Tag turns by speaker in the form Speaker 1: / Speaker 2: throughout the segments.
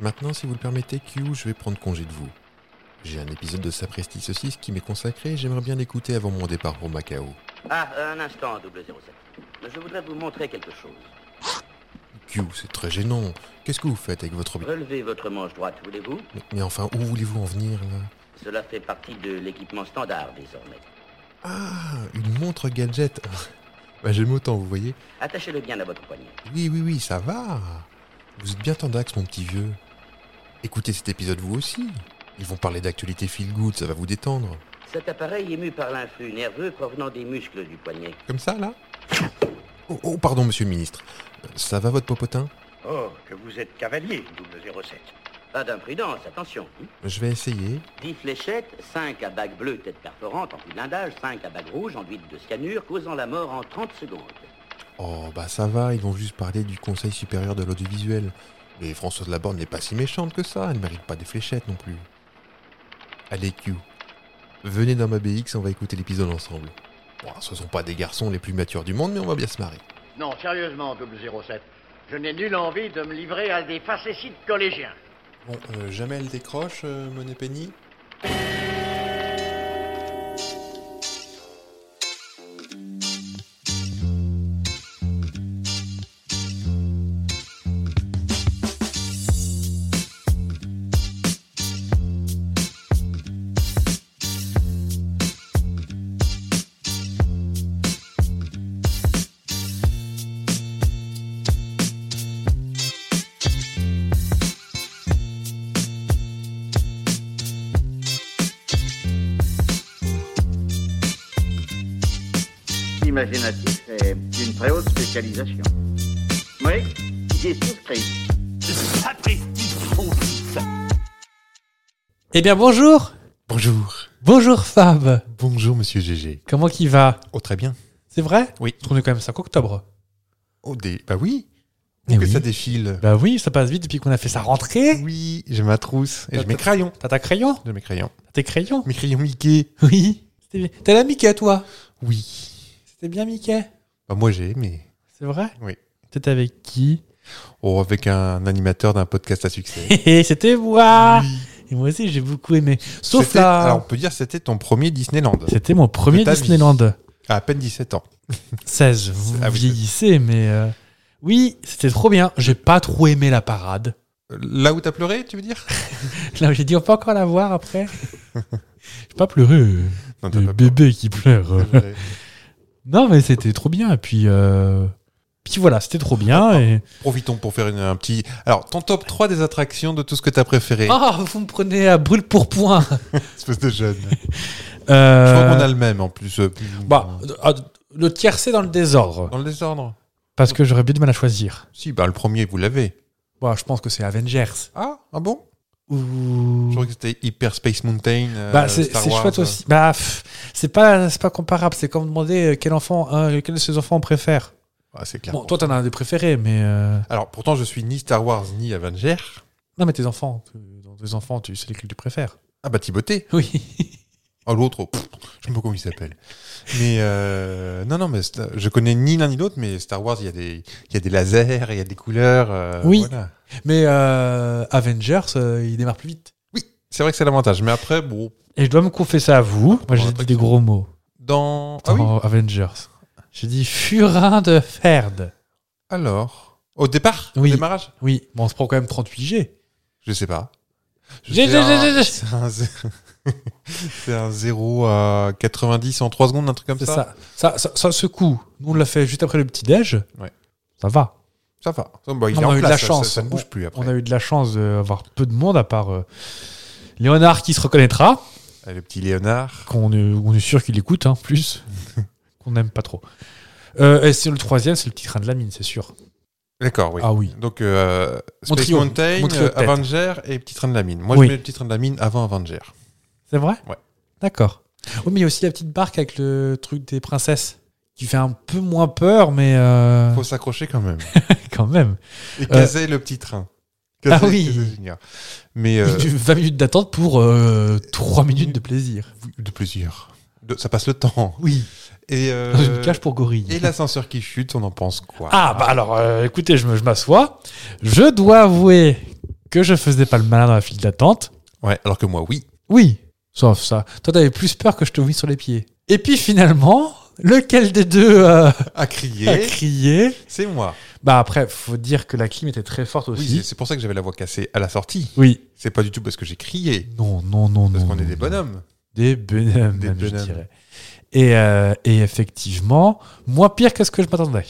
Speaker 1: Maintenant, si vous le permettez, Q, je vais prendre congé de vous. J'ai un épisode de Sapristi Saucisse qui m'est consacré et j'aimerais bien l'écouter avant mon départ pour Macao.
Speaker 2: Ah, un instant, 007. Je voudrais vous montrer quelque chose.
Speaker 1: Q, c'est très gênant. Qu'est-ce que vous faites avec votre... bi-
Speaker 2: Relevez votre manche droite, voulez-vous
Speaker 1: Mais, mais enfin, où voulez-vous en venir, là
Speaker 2: Cela fait partie de l'équipement standard désormais.
Speaker 1: Ah, une montre gadget bah, J'aime autant, vous voyez.
Speaker 2: Attachez-le bien à votre poignet.
Speaker 1: Oui, oui, oui, ça va. Vous êtes bien tendax, mon petit vieux. Écoutez cet épisode vous aussi. Ils vont parler d'actualité feel good, ça va vous détendre.
Speaker 2: Cet appareil ému par l'influx nerveux provenant des muscles du poignet.
Speaker 1: Comme ça, là oh, oh, pardon, monsieur le ministre. Euh, Ça va, votre popotin
Speaker 3: Oh, que vous êtes cavalier, 007.
Speaker 2: Pas d'imprudence, attention. hein.
Speaker 1: Je vais essayer.
Speaker 2: 10 fléchettes, 5 à bague bleue tête perforante en blindage, 5 à bague rouge enduite de cyanure, causant la mort en 30 secondes.
Speaker 1: Oh, bah ça va, ils vont juste parler du Conseil supérieur de l'audiovisuel. Mais Françoise Laborde n'est pas si méchante que ça, elle ne mérite pas des fléchettes non plus. Allez, Q. Venez dans ma BX, on va écouter l'épisode ensemble. Bon, ce sont pas des garçons les plus matures du monde, mais on va bien se marrer.
Speaker 3: Non, sérieusement, 007. Je n'ai nulle envie de me livrer à des facéties de collégiens.
Speaker 1: Bon, euh, jamais elle décroche, euh, Monet Penny
Speaker 4: Imaginatif est d'une très haute spécialisation. Oui, j'ai souscrit.
Speaker 5: Eh bien bonjour
Speaker 1: Bonjour.
Speaker 5: Bonjour Fab
Speaker 1: Bonjour, monsieur GG.
Speaker 5: Comment qu'il va
Speaker 1: Oh, très bien.
Speaker 5: C'est vrai
Speaker 1: Oui.
Speaker 5: Parce qu'on est quand même 5 octobre.
Speaker 1: Oh, des... Bah oui.
Speaker 5: Eh
Speaker 1: que
Speaker 5: oui.
Speaker 1: ça défile.
Speaker 5: Bah oui, ça passe vite depuis qu'on a fait sa rentrée.
Speaker 1: Oui, j'ai ma trousse. Et
Speaker 5: T'as-
Speaker 1: j'ai mes crayons.
Speaker 5: T'as ta crayon
Speaker 1: J'ai mes crayons.
Speaker 5: T'as tes crayons
Speaker 1: Mes crayons Mickey.
Speaker 5: Oui. C'était bien. T'as la Mickey toi
Speaker 1: Oui.
Speaker 5: C'était bien Mickey.
Speaker 1: Bah moi j'ai aimé.
Speaker 5: C'est vrai
Speaker 1: Oui.
Speaker 5: T'étais avec qui
Speaker 1: Oh, avec un animateur d'un podcast à succès.
Speaker 5: Hé, hé, C'était moi
Speaker 1: Oui.
Speaker 5: Et moi aussi j'ai beaucoup aimé. Ah, Sauf
Speaker 1: C'était-
Speaker 5: là
Speaker 1: Alors, on peut dire que c'était ton premier Disneyland.
Speaker 5: C'était mon premier
Speaker 1: De ta vie.
Speaker 5: Disneyland.
Speaker 1: À, à peine 17 ans.
Speaker 5: 16, vous
Speaker 1: Ah oui,
Speaker 5: vieillissez, mais... euh, Oui, c'était trop bien. J'ai pas trop aimé la parade.
Speaker 1: Euh, Là où t'as pleuré, tu veux dire
Speaker 5: Là, j'ai dit, on peut encore la voir après. J'ai pas pleuré.
Speaker 1: Non,
Speaker 5: Le bébé qui pleure.
Speaker 1: pleuré.
Speaker 5: non, mais c'était trop bien. Et puis, euh, puis voilà, c'était trop
Speaker 1: Ah,
Speaker 5: bien. Et...
Speaker 1: Profitons pour faire une- un petit... Alors, ton top 3 des attractions de tout ce que t'as préféré,
Speaker 5: Oh, vous me prenez à brûle pour point.
Speaker 1: espèce de jeune.
Speaker 5: Euh,
Speaker 1: Je crois qu'on a le même, en plus. euh, plus-
Speaker 5: bah, ah, le tiercé dans le désordre.
Speaker 1: Dans le désordre
Speaker 5: Parce que j'aurais bien du mal à choisir.
Speaker 1: Si, bah le premier, vous l'avez.
Speaker 5: Bah, je pense que c'est Avengers.
Speaker 1: Ah, ah bon
Speaker 5: Ou...
Speaker 1: Je crois que c'était Hyper Space Mountain, euh,
Speaker 5: Bah, c'est
Speaker 1: Star
Speaker 5: c'est
Speaker 1: Wars,
Speaker 5: chouette
Speaker 1: euh.
Speaker 5: aussi. Bah, pff, c'est pas, c'est pas comparable. C'est comme demander euh, quel enfant, hein, quel de ses enfants on préfère.
Speaker 1: Ah, c'est clair.
Speaker 5: Bon, toi, t'en as un des préférés, mais. euh,
Speaker 1: Alors, pourtant, je suis ni Star Wars, ni Avenger.
Speaker 5: Non, mais tes enfants, euh, dans tes enfants, tu sais lesquels tu préfères.
Speaker 1: Ah bah, Thibauté
Speaker 5: Oui.
Speaker 1: Ah, l'autre, pff, je sais pas comment il s'appelle. Mais euh, non, non, mais Sta- je connais ni l'un ni l'autre, mais Star Wars, il y, a des- il y a des lasers, il y a des couleurs. euh,
Speaker 5: Oui.
Speaker 1: voilà.
Speaker 5: Mais euh, Avengers, euh, il démarre plus vite.
Speaker 1: Oui, c'est vrai que c'est l'avantage. Mais après, bon,
Speaker 5: Et je dois me confesser à vous, moi j'ai dit des
Speaker 1: attraction.
Speaker 5: gros mots
Speaker 1: dans. Ah oui,
Speaker 5: dans Avengers. J'ai dit furin de ferde.
Speaker 1: alors. Au départ
Speaker 5: Oui.
Speaker 1: Au démarrage
Speaker 5: Oui, bon, on se prend quand même 38 G.
Speaker 1: Je sais pas. Je-
Speaker 5: J'ai-
Speaker 1: c'est
Speaker 5: j'ai-
Speaker 1: un-
Speaker 5: j'ai- j'ai-
Speaker 1: C'est un, zé- c'est un 0 à 90 en 3 secondes, un truc comme
Speaker 5: C'est
Speaker 1: ça.
Speaker 5: ça. Ça, ça, ça secoue. Nous, on l'a fait juste après le petit-déj.
Speaker 1: Ouais.
Speaker 5: Ça va.
Speaker 1: Ça va. Ça, bah, il
Speaker 5: On
Speaker 1: est
Speaker 5: a
Speaker 1: en
Speaker 5: eu de
Speaker 1: place,
Speaker 5: la
Speaker 1: ça-
Speaker 5: chance.
Speaker 1: Ça, ça ne bouge plus après.
Speaker 5: On a eu de la chance d'avoir peu de monde, à part euh, Léonard qui se reconnaîtra,
Speaker 1: Ah, Le petit Léonard.
Speaker 5: qu'on est, on est sûr qu'il écoute, hein, plus, qu'on n'aime pas trop. Euh, et c'est le troisième, c'est le petit train de la mine, c'est sûr.
Speaker 1: D'accord, oui.
Speaker 5: Ah oui.
Speaker 1: Donc, euh,
Speaker 5: Mon
Speaker 1: Space
Speaker 5: trio.
Speaker 1: Mountain,
Speaker 5: Mon trio de
Speaker 1: euh,
Speaker 5: tête.
Speaker 1: Avenger et Petit Train de la Mine. Moi,
Speaker 5: Oui.
Speaker 1: je mets le Petit Train de la Mine avant Avenger.
Speaker 5: C'est vrai
Speaker 1: Ouais.
Speaker 5: D'accord. Oui, mais il y a aussi la petite barque avec le truc des princesses qui fait un peu moins peur, mais euh,
Speaker 1: Faut s'accrocher quand même.
Speaker 5: quand même.
Speaker 1: Et caser le petit train.
Speaker 5: Euh, Ah oui.
Speaker 1: caser Junior. Mais euh,
Speaker 5: 20 minutes d'attente pour 3 minutes de plaisir.
Speaker 1: de plaisir. De- ça passe le temps.
Speaker 5: Oui.
Speaker 1: Et, euh,
Speaker 5: Dans une cage pour gorille.
Speaker 1: et l'ascenseur qui chute, on en pense quoi
Speaker 5: Ah, bah alors, euh, écoutez, je me- je m'assois. Je dois avouer que je faisais pas le malin dans la file d'attente.
Speaker 1: Ouais, alors que moi, oui.
Speaker 5: Oui, sauf ça. Toi, t'avais plus peur que je te mis sur les pieds. Et puis finalement, lequel des deux euh,
Speaker 1: À
Speaker 5: a
Speaker 1: crier,
Speaker 5: crié
Speaker 1: c'est moi.
Speaker 5: Bah après, faut dire que la clim était très forte
Speaker 1: Oui,
Speaker 5: aussi.
Speaker 1: c'est- c'est pour ça que j'avais la voix cassée à la sortie.
Speaker 5: Oui.
Speaker 1: C'est pas du tout parce que j'ai crié,
Speaker 5: Non, non, non,
Speaker 1: parce
Speaker 5: non.
Speaker 1: qu'on est
Speaker 5: non,
Speaker 1: des
Speaker 5: non.
Speaker 1: bonhommes.
Speaker 5: Des bonhommes,
Speaker 1: Des
Speaker 5: même, je
Speaker 1: bonhommes.
Speaker 5: dirais. Et, euh, et effectivement, moins pire que ce que je m'attendais.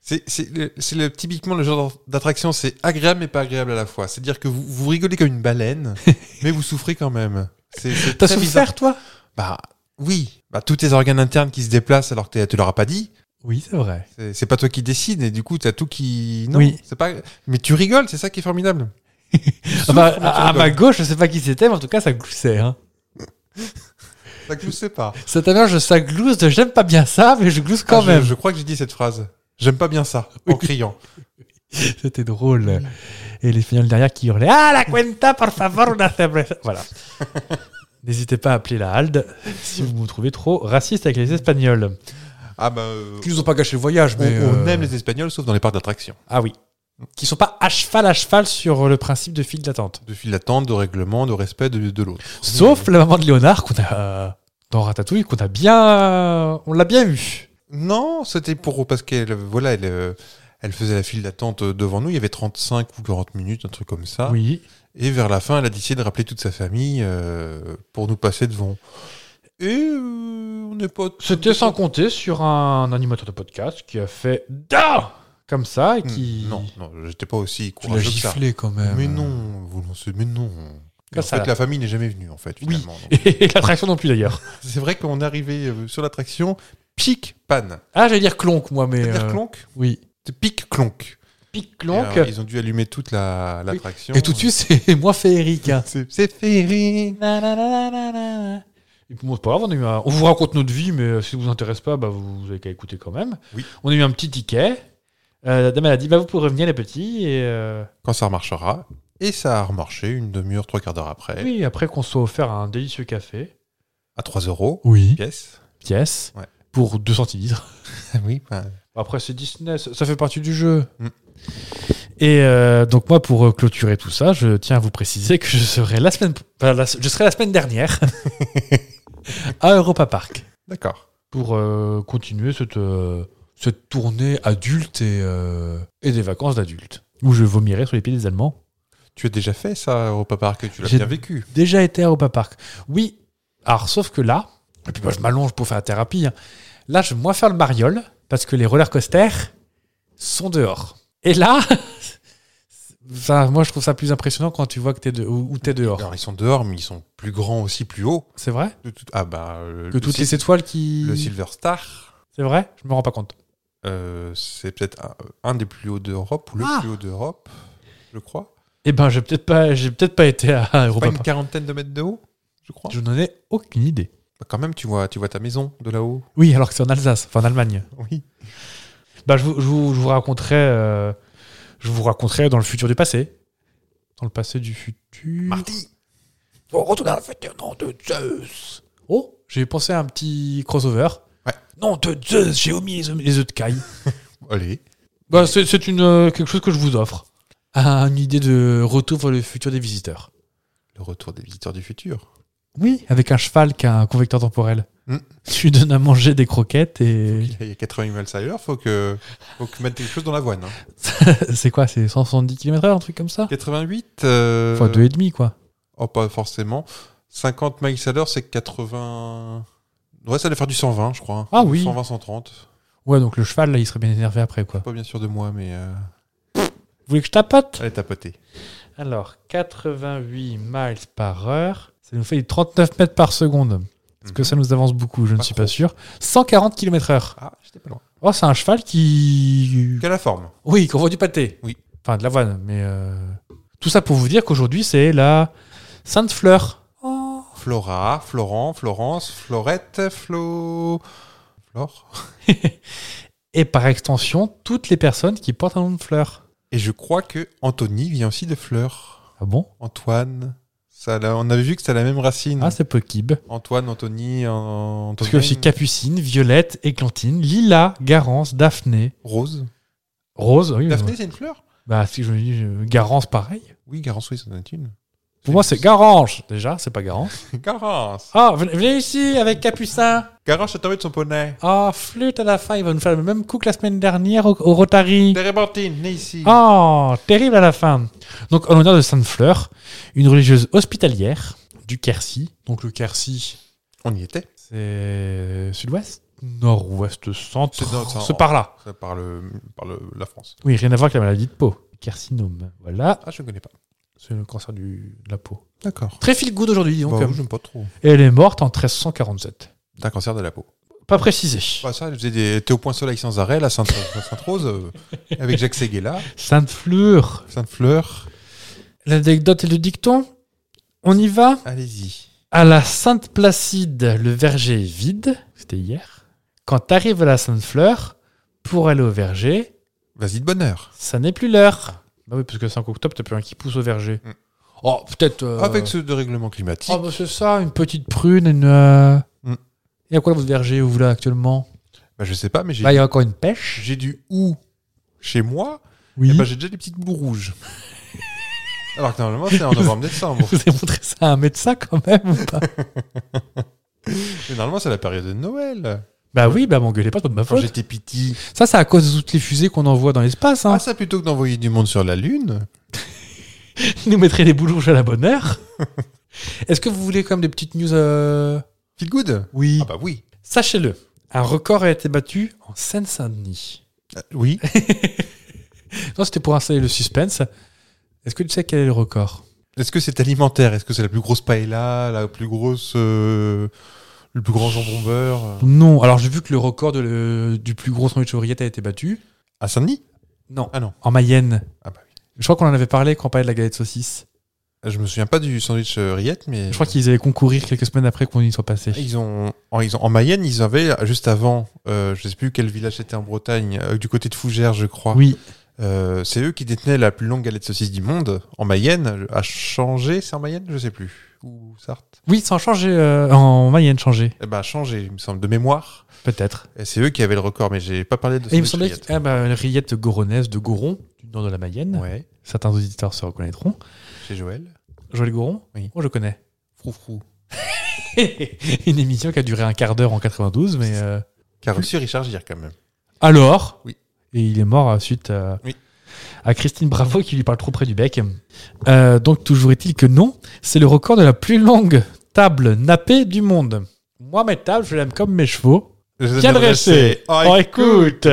Speaker 1: C'est c'est le, c'est le- typiquement le genre d'attraction, c'est agréable mais pas agréable à la fois. C'est-à-dire que vous, vous rigolez comme une baleine, mais vous souffrez quand même. C'est c'est
Speaker 5: T'as
Speaker 1: très
Speaker 5: souffert,
Speaker 1: bizarre.
Speaker 5: toi
Speaker 1: Bah oui, bah, tous tes organes internes qui se déplacent alors que t'es- tu leur as pas dit.
Speaker 5: Oui, c'est vrai.
Speaker 1: C'est c'est pas toi qui décides et du coup t'as tout qui. Non,
Speaker 5: Oui.
Speaker 1: c'est pas. Mais tu rigoles, c'est ça qui est formidable. Tu souffres,
Speaker 5: Ah bah,
Speaker 1: mais tu
Speaker 5: à, à
Speaker 1: rigoles.
Speaker 5: ma gauche, je sais pas qui c'était, mais en tout cas, ça gloussait. Hein.
Speaker 1: Ça que je sais pas.
Speaker 5: Ça t'a bien, je, ça glousse de j'aime pas bien ça, mais je glousse quand
Speaker 1: Ah, je-
Speaker 5: même.
Speaker 1: Je, crois que j'ai dit cette phrase. J'aime pas bien ça en
Speaker 5: Oui.
Speaker 1: criant.
Speaker 5: C'était drôle. Et les feignants derrière qui hurlaient Ah, la cuenta, por favor, una cerveza. Voilà. N'hésitez pas à appeler la Halde si vous vous trouvez trop raciste avec les Espagnols.
Speaker 1: Ah bah. euh,
Speaker 5: nous ont pas gâché le voyage,
Speaker 1: on,
Speaker 5: euh,
Speaker 1: on aime les Espagnols sauf dans les parcs d'attraction.
Speaker 5: Ah oui. Qui sont pas à cheval à cheval sur le principe de file d'attente.
Speaker 1: De file d'attente, de règlement, de respect de, de l'autre.
Speaker 5: Sauf la maman de Léonard qu'on a euh, dans Ratatouille, qu'on a bien. On l'a bien eu.
Speaker 1: Non, c'était pour parce qu'elle voilà, elle, euh, elle faisait la file d'attente euh, devant nous. Il y avait 35 ou 40 minutes, un truc comme ça.
Speaker 5: Oui.
Speaker 1: Et vers la fin, elle a décidé de rappeler toute sa famille euh, pour nous passer devant. Et euh, on n'est pas.
Speaker 5: C'était sans compter sur un animateur de podcast qui a fait Da Comme ça et qui.
Speaker 1: Hmm, Non, non, j'étais pas aussi
Speaker 5: Tu l'as
Speaker 1: courageux que ça.
Speaker 5: giflé quand même.
Speaker 1: Mais non, vous lancez, mais non.
Speaker 5: Là,
Speaker 1: en
Speaker 5: ça
Speaker 1: fait,
Speaker 5: va.
Speaker 1: la famille n'est jamais venue, en fait,
Speaker 5: Oui.
Speaker 1: finalement. Donc,
Speaker 5: Et l'attraction non plus d'ailleurs.
Speaker 1: C'est vrai qu'on est arrivé euh, sur l'attraction Pic-Pan.
Speaker 5: Ah, j'allais dire clonk moi, mais.
Speaker 1: C'est-à-dire
Speaker 5: euh,
Speaker 1: clonk
Speaker 5: Oui.
Speaker 1: de Pic-Clonk.
Speaker 5: Pic
Speaker 1: Et
Speaker 5: clonk.
Speaker 1: alors, Ils ont dû allumer toute la- l'attraction.
Speaker 5: Et tout de suite, c'est moins féerique. Hein.
Speaker 1: C'est c'est féerique.
Speaker 5: Na, na, na, na, na, na. Et puis, bon, c'est pas grave, on, a eu un- on vous raconte notre vie, mais euh, si ça vous intéresse pas, bah, vous, vous avez qu'à écouter quand même.
Speaker 1: Oui.
Speaker 5: On a eu un petit ticket. Euh, la dame elle a dit bah, Vous pouvez revenir, les petits. Et, euh,
Speaker 1: Quand ça remarchera. Et ça a remarché une demi-heure, trois quarts d'heure après,
Speaker 5: Oui, après qu'on se soit offert un délicieux café.
Speaker 1: à 3 euros,
Speaker 5: Oui.
Speaker 1: pièce.
Speaker 5: Pièce.
Speaker 1: Ouais.
Speaker 5: Pour 2 centilitres.
Speaker 1: oui, ben,
Speaker 5: Après, c'est Disney, ça ça fait partie du jeu.
Speaker 1: Mm.
Speaker 5: Et euh, donc, moi, pour euh, clôturer tout ça, je tiens à vous préciser que je serai la semaine, enfin, la- je serai la semaine dernière à Europa Park
Speaker 1: d'accord.
Speaker 5: pour euh, continuer cette, euh, cette tournée adulte et, euh, et des vacances d'adultes où je vomirai sur les pieds des Allemands.
Speaker 1: Tu as déjà fait ça au Papa Park, tu l'as
Speaker 5: J'ai-
Speaker 1: bien vécu.
Speaker 5: Déjà été à Europa Park. Oui, alors sauf que là, et puis bah, je m'allonge pour faire la thérapie. hein. Là, je vais moins faire le mariole parce que les roller coasters sont dehors. Et là, ça, moi, je trouve ça plus impressionnant quand tu vois que t'es de, où, où t'es dehors.
Speaker 1: Alors, ils sont dehors, mais ils sont plus grands aussi, plus hauts.
Speaker 5: C'est vrai
Speaker 1: De tout- Ah bah, euh,
Speaker 5: Que
Speaker 1: le
Speaker 5: toutes
Speaker 1: sil-
Speaker 5: les étoiles qui.
Speaker 1: le Silver Star,
Speaker 5: C'est vrai Je me rends pas compte.
Speaker 1: Euh, c'est peut-être un, un des plus hauts d'Europe, ou le
Speaker 5: Ah.
Speaker 1: plus haut d'Europe, je crois.
Speaker 5: Eh ben, j'ai peut-être pas, j'ai peut-être pas été à
Speaker 1: Pas
Speaker 5: Europa
Speaker 1: une
Speaker 5: Park.
Speaker 1: quarantaine de mètres de haut, je crois.
Speaker 5: Je n'en ai aucune idée.
Speaker 1: Bah, quand même, tu vois, tu vois ta maison de là-haut.
Speaker 5: Oui, alors que c'est en Alsace, enfin en Allemagne.
Speaker 1: Oui.
Speaker 5: Bah, je, vous, je, vous, je vous raconterai. euh, je vous raconterai dans le futur du passé. Dans le passé du futur.
Speaker 1: Mardi
Speaker 5: On retourne à la fête, nom de Zeus. Oh, j'ai pensé à un petit crossover.
Speaker 1: Ouais.
Speaker 5: Nom de Zeus, j'ai omis les, œufs- les œufs de caille.
Speaker 1: Allez.
Speaker 5: bah, c'est c'est une, euh, quelque chose que je vous offre. Ah, une idée de retour vers le futur des visiteurs.
Speaker 1: Le retour des visiteurs du futur.
Speaker 5: Oui, avec un cheval qui a un convecteur temporel.
Speaker 1: Hmm.
Speaker 5: Tu lui donnes à manger des croquettes et.
Speaker 1: Il y a 80 miles à l'heure, faut que, faut que mettre quelque chose dans l'avoine. hein.
Speaker 5: c'est quoi C'est 170 km/h, un truc comme ça
Speaker 1: 88 euh,
Speaker 5: Fois deux et demi, quoi.
Speaker 1: Oh, pas forcément. 50 miles à l'heure, c'est 80. Ouais, ça doit faire du 120, je crois.
Speaker 5: Ah oui.
Speaker 1: 120, 130.
Speaker 5: Ouais, donc le cheval, là, il serait bien énervé après, quoi.
Speaker 1: Pas bien sûr de moi, mais. euh,
Speaker 5: Vous voulez que je tapote
Speaker 1: Allez, tapoter.
Speaker 5: Alors, 88 miles par heure, ça nous fait 39 mètres par seconde. Est-ce que
Speaker 1: Mhm.
Speaker 5: ça nous avance beaucoup Je ne
Speaker 1: Pas
Speaker 5: suis
Speaker 1: trop.
Speaker 5: pas sûr. 140 km/h.
Speaker 1: Ah, j'étais pas loin.
Speaker 5: Oh, c'est un cheval qui.
Speaker 1: Quelle la forme
Speaker 5: Oui, qui envoie du pâté.
Speaker 1: Oui.
Speaker 5: Enfin, de l'avoine, mais. euh, Tout ça pour vous dire qu'aujourd'hui, c'est la Sainte-Fleur. Oh.
Speaker 1: Flora, Florent, Florence, Florette, Flo. Flore.
Speaker 5: Et par extension, toutes les personnes qui portent un nom de fleur.
Speaker 1: Et je crois que Anthony vient aussi de Fleur.
Speaker 5: Ah bon
Speaker 1: Antoine. Ça, là, on avait vu que c'était la même racine.
Speaker 5: Ah, c'est Pokib.
Speaker 1: Antoine, Anthony, An-
Speaker 5: Parce que aussi
Speaker 1: Antoine,
Speaker 5: Capucine, Violette, Éclantine, Lila, Garance, Daphné,
Speaker 1: Rose.
Speaker 5: Rose. Oui,
Speaker 1: Daphné,
Speaker 5: oui.
Speaker 1: c'est une fleur
Speaker 5: Bah, si je me dis euh, Garance, pareil.
Speaker 1: Oui, Garance, oui, c'en est une.
Speaker 5: Pour moi, c'est Garange. Déjà, c'est pas Garance.
Speaker 1: Garance
Speaker 5: Ah, venez- venez ici avec Capucin.
Speaker 1: Garance est tombé de son poney.
Speaker 5: Ah, flûte à la fin. Il va nous faire le même coup que la semaine dernière au, au Rotary.
Speaker 1: Térébenthine, né ici
Speaker 5: Oh, terrible à la fin. Donc, en l'honneur de Sainte Fleur, une religieuse hospitalière du Quercy. Donc, le Quercy,
Speaker 1: On y était.
Speaker 5: c'est sud-ouest Nord-ouest, centre.
Speaker 1: C'est dans-
Speaker 5: C'est par là.
Speaker 1: Ça, Par, le, par le, la France.
Speaker 5: Oui, rien à voir avec la maladie de peau. Carcinome. Voilà,
Speaker 1: Ah, je ne connais pas.
Speaker 5: c'est le cancer du, de la peau.
Speaker 1: D'accord.
Speaker 5: Très feel good aujourd'hui, dis donc.
Speaker 1: Bah,
Speaker 5: Euh,
Speaker 1: oui, j'aime pas trop.
Speaker 5: Et elle est morte en 1347.
Speaker 1: T'as un cancer de la peau.
Speaker 5: Pas précisé.
Speaker 1: Bah, ça, elle faisait des T'es au point soleil sans arrêt, la Sainte, la Sainte Rose, euh, avec Jacques Séguéla,
Speaker 5: Sainte Fleur.
Speaker 1: Sainte Fleur.
Speaker 5: L'anecdote et le dicton. On y va
Speaker 1: Allez-y.
Speaker 5: À la Sainte Placide, le verger est vide. C'était hier. Quand t'arrives à la Sainte Fleur, pour aller au verger,
Speaker 1: Vas-y de bonne heure.
Speaker 5: ça n'est plus l'heure. Bah oui, parce que 5 octobre, t'as plus rien qui pousse au verger.
Speaker 1: Mm. Ah,
Speaker 5: Oh, peut-être. euh,
Speaker 1: Avec ce dérèglement climatique.
Speaker 5: Oh, bah c'est ça, une petite prune, une. euh,
Speaker 1: Mm.
Speaker 5: Et à quoi votre verger, vous là, actuellement
Speaker 1: Bah, je sais pas, mais j'ai
Speaker 5: Là, il y a encore une pêche.
Speaker 1: j'ai du ou chez moi,
Speaker 5: Oui.
Speaker 1: eh ben, j'ai déjà des petites boues rouges. Alors que normalement, c'est en novembre-décembre.
Speaker 5: Vous avez montré ça à un médecin quand même ou pas
Speaker 1: Mais normalement, c'est la période de Noël.
Speaker 5: Bah oui, bah m'engueulez pas, c'est pas de ma
Speaker 1: Quand
Speaker 5: faute.
Speaker 1: j'étais petit.
Speaker 5: Ça, c'est à cause de toutes les fusées qu'on envoie dans l'espace. Hein.
Speaker 1: Ah, ça plutôt que d'envoyer du monde sur la Lune.
Speaker 5: Ils nous mettraient des boules rouges à la bonne heure. Est-ce que vous voulez quand même des petites news euh,
Speaker 1: Feel good
Speaker 5: Oui.
Speaker 1: Ah, bah oui.
Speaker 5: Sachez-le, un record a été battu en Seine-Saint-Denis.
Speaker 1: Ah, Oui.
Speaker 5: Non, c'était pour installer le suspense. Est-ce que tu sais quel est le record
Speaker 1: Est-ce que c'est alimentaire Est-ce que c'est la plus grosse paella, la plus grosse. euh, le plus grand jambon beurre
Speaker 5: Non, alors j'ai vu que le record de le- du plus gros sandwich oreillette a été battu.
Speaker 1: À Saint-Denis
Speaker 5: Non,
Speaker 1: Ah non.
Speaker 5: en Mayenne.
Speaker 1: Ah bah oui.
Speaker 5: Je crois qu'on en avait parlé quand on parlait de la galette saucisse.
Speaker 1: Je me souviens pas du sandwich euh, rillette, mais.
Speaker 5: Je crois qu'ils allaient concourir quelques semaines après qu'on y soit passé.
Speaker 1: Ah, Ils ont, en, ils ont- en Mayenne, ils avaient juste avant, euh, je sais plus quel village c'était en Bretagne, euh, du côté de Fougères, je crois.
Speaker 5: Oui,
Speaker 1: Euh, c'est eux qui détenaient la plus longue galette saucisse du monde en Mayenne. A changé, c'est en Mayenne, je sais plus. Ou Sarthe.
Speaker 5: oui, sans changer, euh, en Mayenne changé,
Speaker 1: Eh ben, changé, il me semble, de mémoire.
Speaker 5: peut-être.
Speaker 1: Et c'est eux qui avaient le record, mais j'ai pas parlé de.
Speaker 5: Et il me
Speaker 1: sandwich
Speaker 5: semblait
Speaker 1: rillette.
Speaker 5: que ah bah, une rillette goronnaise de Goron, du nord de la Mayenne.
Speaker 1: Ouais,
Speaker 5: Certains auditeurs se reconnaîtront.
Speaker 1: chez Joël.
Speaker 5: Joël Goron
Speaker 1: Oui.
Speaker 5: Oh, je connais.
Speaker 1: Froufrou.
Speaker 5: Une émission qui a duré un quart d'heure en 92, mais. euh,
Speaker 1: Qui a reçu Richard Gere quand même.
Speaker 5: Alors
Speaker 1: Oui.
Speaker 5: Et il est mort euh, suite euh,
Speaker 1: Oui.
Speaker 5: à Christine Bravo qui lui parle trop près du bec. Euh, donc, toujours est-il que non, c'est le record de la plus longue table nappée du monde. Moi, mes tables, je l'aime comme mes chevaux. Bien dressées. Oh, écoute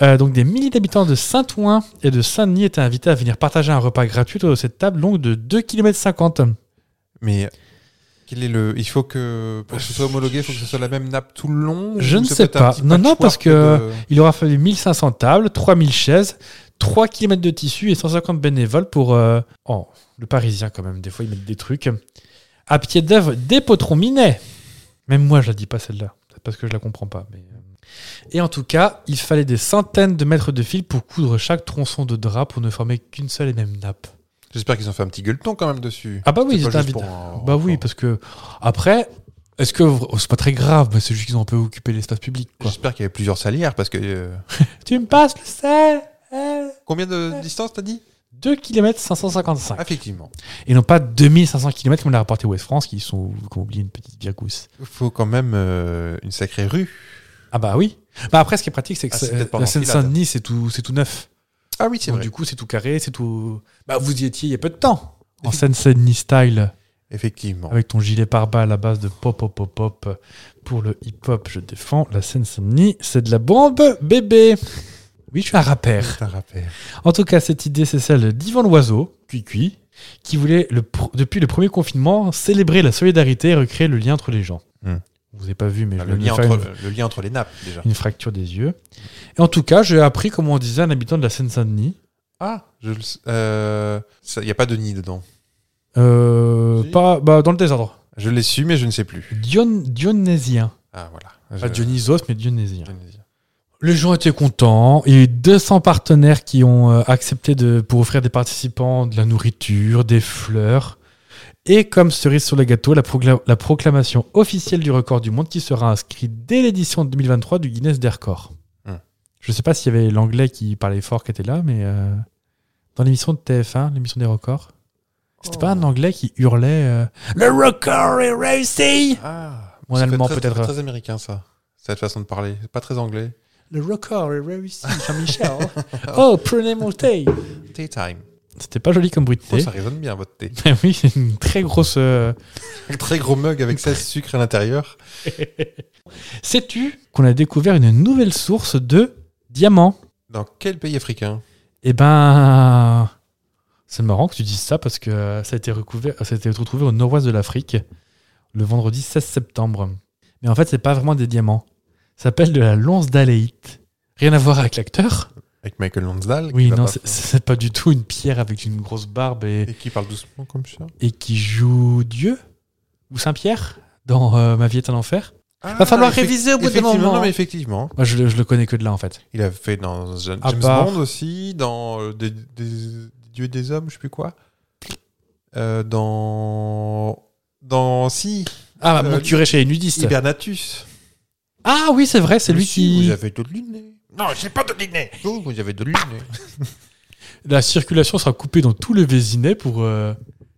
Speaker 5: Euh, donc des milliers d'habitants de Saint-Ouen et de Saint-Denis étaient invités à venir partager un repas gratuit autour de cette table longue de 2,50 km.
Speaker 1: Mais quel est le. Il faut que. Pour que ce soit homologué, il faut que ce soit la même nappe tout le long
Speaker 5: Je
Speaker 1: ou
Speaker 5: ne
Speaker 1: ça
Speaker 5: sais
Speaker 1: peut être un
Speaker 5: pas.
Speaker 1: petit
Speaker 5: Non, non,
Speaker 1: patchwork
Speaker 5: parce que-
Speaker 1: de-
Speaker 5: Il aura fallu 1500 tables, 3000 chaises, 3 km de tissu et 150 bénévoles pour... euh, Oh, le Parisien quand même, des fois ils mettent des trucs. À pied d'œuvre, des potrons minets. Même moi, je la dis pas celle-là, C'est parce que je la comprends pas. mais, euh. Et en tout cas, il fallait des centaines de mètres de fil pour coudre chaque tronçon de drap pour ne former qu'une seule et même nappe.
Speaker 1: J'espère qu'ils ont fait un petit gueuleton quand même dessus.
Speaker 5: Ah bah oui,
Speaker 1: C'est
Speaker 5: ils
Speaker 1: pas
Speaker 5: étaient
Speaker 1: juste
Speaker 5: invités.
Speaker 1: pour un
Speaker 5: Bah
Speaker 1: record.
Speaker 5: oui, parce que après, est-ce que oh, c'est pas très grave, mais c'est juste qu'ils ont un peu occupé l'espace public. Quoi.
Speaker 1: J'espère qu'il y avait plusieurs salières parce que. euh,
Speaker 5: Tu me passes le sel hein
Speaker 1: Combien de distance t'as dit
Speaker 5: 2 km
Speaker 1: Ah
Speaker 5: 555.
Speaker 1: Effectivement.
Speaker 5: Et non pas 2500 km comme l'a rapporté West France, qui sont qui ont oublié une petite virgousse.
Speaker 1: Il faut quand même euh, une sacrée rue.
Speaker 5: Ah bah oui. Bah après, ce qui est pratique, c'est que
Speaker 1: Ah,
Speaker 5: c'est-
Speaker 1: c'est peut-être pas
Speaker 5: la
Speaker 1: en enfilade.
Speaker 5: Seine-Saint-Denis, c'est tout, c'est tout neuf.
Speaker 1: Ah oui, c'est
Speaker 5: Donc,
Speaker 1: vrai.
Speaker 5: Du coup, c'est tout carré, c'est tout. Bah vous y étiez il y a peu de temps. En
Speaker 1: Effectivement.
Speaker 5: Seine-Saint-Denis style,
Speaker 1: Effectivement.
Speaker 5: avec ton gilet pare-balles à base de pop, pop, pop, pop. Pour le hip-hop, je défends. La Seine-Saint-Denis, c'est de la bombe, bébé. Oui, je suis un rappeur.
Speaker 1: C'est un rappel.
Speaker 5: En tout cas, cette idée, c'est celle d'Yvan Loiseau, Cuicui, qui voulait, le pr- depuis le premier confinement, célébrer la solidarité et recréer le lien entre les gens.
Speaker 1: Hmm.
Speaker 5: Vous n'avez pas vu, mais
Speaker 1: Ah,
Speaker 5: je
Speaker 1: le,
Speaker 5: vais
Speaker 1: lien
Speaker 5: vous faire
Speaker 1: entre,
Speaker 5: une,
Speaker 1: le lien entre les nappes, déjà.
Speaker 5: une fracture des yeux. Et en tout cas, j'ai appris comment on disait un habitant de la Seine-Saint-Denis.
Speaker 1: Ah, je le sais. Euh, ça- Il n'y a pas de nid dedans.
Speaker 5: Euh,
Speaker 1: Si.
Speaker 5: pas, bah, dans le désordre.
Speaker 1: Je l'ai su, mais je ne sais plus.
Speaker 5: Dion- dionysien.
Speaker 1: Ah, voilà.
Speaker 5: Pas
Speaker 1: Je-
Speaker 5: Dionysos, mais dionysien.
Speaker 1: Dionysien.
Speaker 5: Les gens étaient contents. Il y a eu 200 partenaires qui ont euh, accepté de, pour offrir des participants de la nourriture, des fleurs. Et comme cerise sur le gâteau, la, progla- la proclamation officielle du record du monde qui sera inscrit dès l'édition 2023 du Guinness des records.
Speaker 1: Hmm.
Speaker 5: Je sais pas s'il y avait l'anglais qui parlait fort qui était là, mais euh, dans l'émission de TF1, l'émission des records, c'était pas un anglais qui hurlait euh, Le record est réussi
Speaker 1: Ah,
Speaker 5: Ou en
Speaker 1: ça fait
Speaker 5: allemand,
Speaker 1: très-
Speaker 5: peut-être.
Speaker 1: ça fait très américain ça, cette façon de parler. C'est pas très anglais.
Speaker 5: Le record est réussi, Jean-Michel Oh, prenez mon thé
Speaker 1: Tea time.
Speaker 5: C'était pas joli comme bruit de
Speaker 1: Oh,
Speaker 5: thé.
Speaker 1: ça résonne bien votre thé.
Speaker 5: Mais oui, c'est une très grosse. euh,
Speaker 1: Un très gros mug avec 16 sucres à l'intérieur.
Speaker 5: Sais-tu qu'on a découvert une nouvelle source de diamants
Speaker 1: Dans quel pays africain
Speaker 5: Eh ben, c'est marrant que tu dises ça parce que euh, ça a été, recouvert, ça a été retrouvé au nord-ouest de l'Afrique le vendredi 16 septembre. Mais en fait, c'est pas vraiment des diamants. Ça s'appelle de la lance d'aléite. Rien à voir avec l'acteur.
Speaker 1: Avec Michael Lonsdale qui
Speaker 5: Oui,
Speaker 1: l'a
Speaker 5: non,
Speaker 1: pas
Speaker 5: c'est-
Speaker 1: fait.
Speaker 5: c'est pas du tout une pierre avec une grosse barbe et,
Speaker 1: Et qui parle doucement comme ça
Speaker 5: et qui joue Dieu ou Saint-Pierre dans euh, Ma vie est un enfer.
Speaker 1: Ah,
Speaker 5: Va falloir
Speaker 1: effe-
Speaker 5: réviser au bout d'un
Speaker 1: effectivement,
Speaker 5: moment.
Speaker 1: Non, mais effectivement.
Speaker 5: Moi, je, le- je le connais que de là, en fait.
Speaker 1: Il a fait dans James
Speaker 5: À part-
Speaker 1: Bond aussi, dans euh, des, des- Dieux des hommes, je sais plus quoi. Euh, dans. Dans. Si,
Speaker 5: Ah,
Speaker 1: Euh,
Speaker 5: mon curé chez les nudistes.
Speaker 1: Hibernatus.
Speaker 5: Ah oui, c'est vrai, c'est lui
Speaker 1: Lucie, Vous
Speaker 5: qui...
Speaker 1: avez de nez. Non, j'ai pas de nez. Vous, vous avez de nez.
Speaker 5: La circulation sera coupée dans tout le Vésinet pour. euh,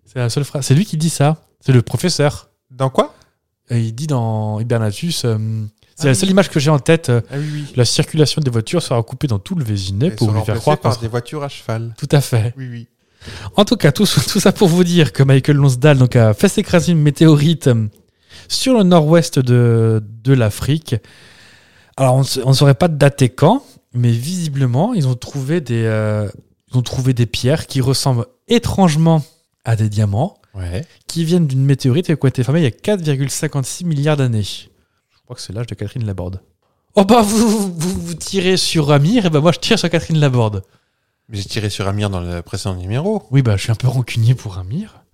Speaker 5: C'est la seule phrase. C'est lui qui dit ça. C'est le professeur.
Speaker 1: Dans quoi
Speaker 5: Et il dit dans Hibernatus. euh, c'est
Speaker 1: Ah
Speaker 5: la
Speaker 1: oui.
Speaker 5: seule image que j'ai en tête. euh,
Speaker 1: Ah oui, oui.
Speaker 5: la circulation des voitures sera coupée dans tout le Vésinet
Speaker 1: Elles sont
Speaker 5: pour lui faire
Speaker 1: remplacées
Speaker 5: croire qu'on
Speaker 1: par des voitures à cheval.
Speaker 5: Tout à fait.
Speaker 1: Oui, oui.
Speaker 5: En tout cas, tout, tout ça pour vous dire que Michael Lonsdale donc, a fait s'écraser une météorite euh, sur le nord-ouest de, de l'Afrique. Alors, on ne sa- on ne saurait pas dater quand, mais visiblement, ils ont trouvé des, euh, ils ont trouvé des pierres qui ressemblent étrangement à des diamants,
Speaker 1: Ouais.
Speaker 5: qui viennent d'une météorite et qui ont été formées il y a 4,56 milliards d'années. Je crois que c'est l'âge de Catherine Laborde. Oh bah, vous, vous, vous tirez sur Amir, et bah moi je tire sur Catherine Laborde.
Speaker 1: Mais J'ai tiré sur Amir dans le précédent numéro.
Speaker 5: Oui, bah, je suis un peu rancunier pour Amir.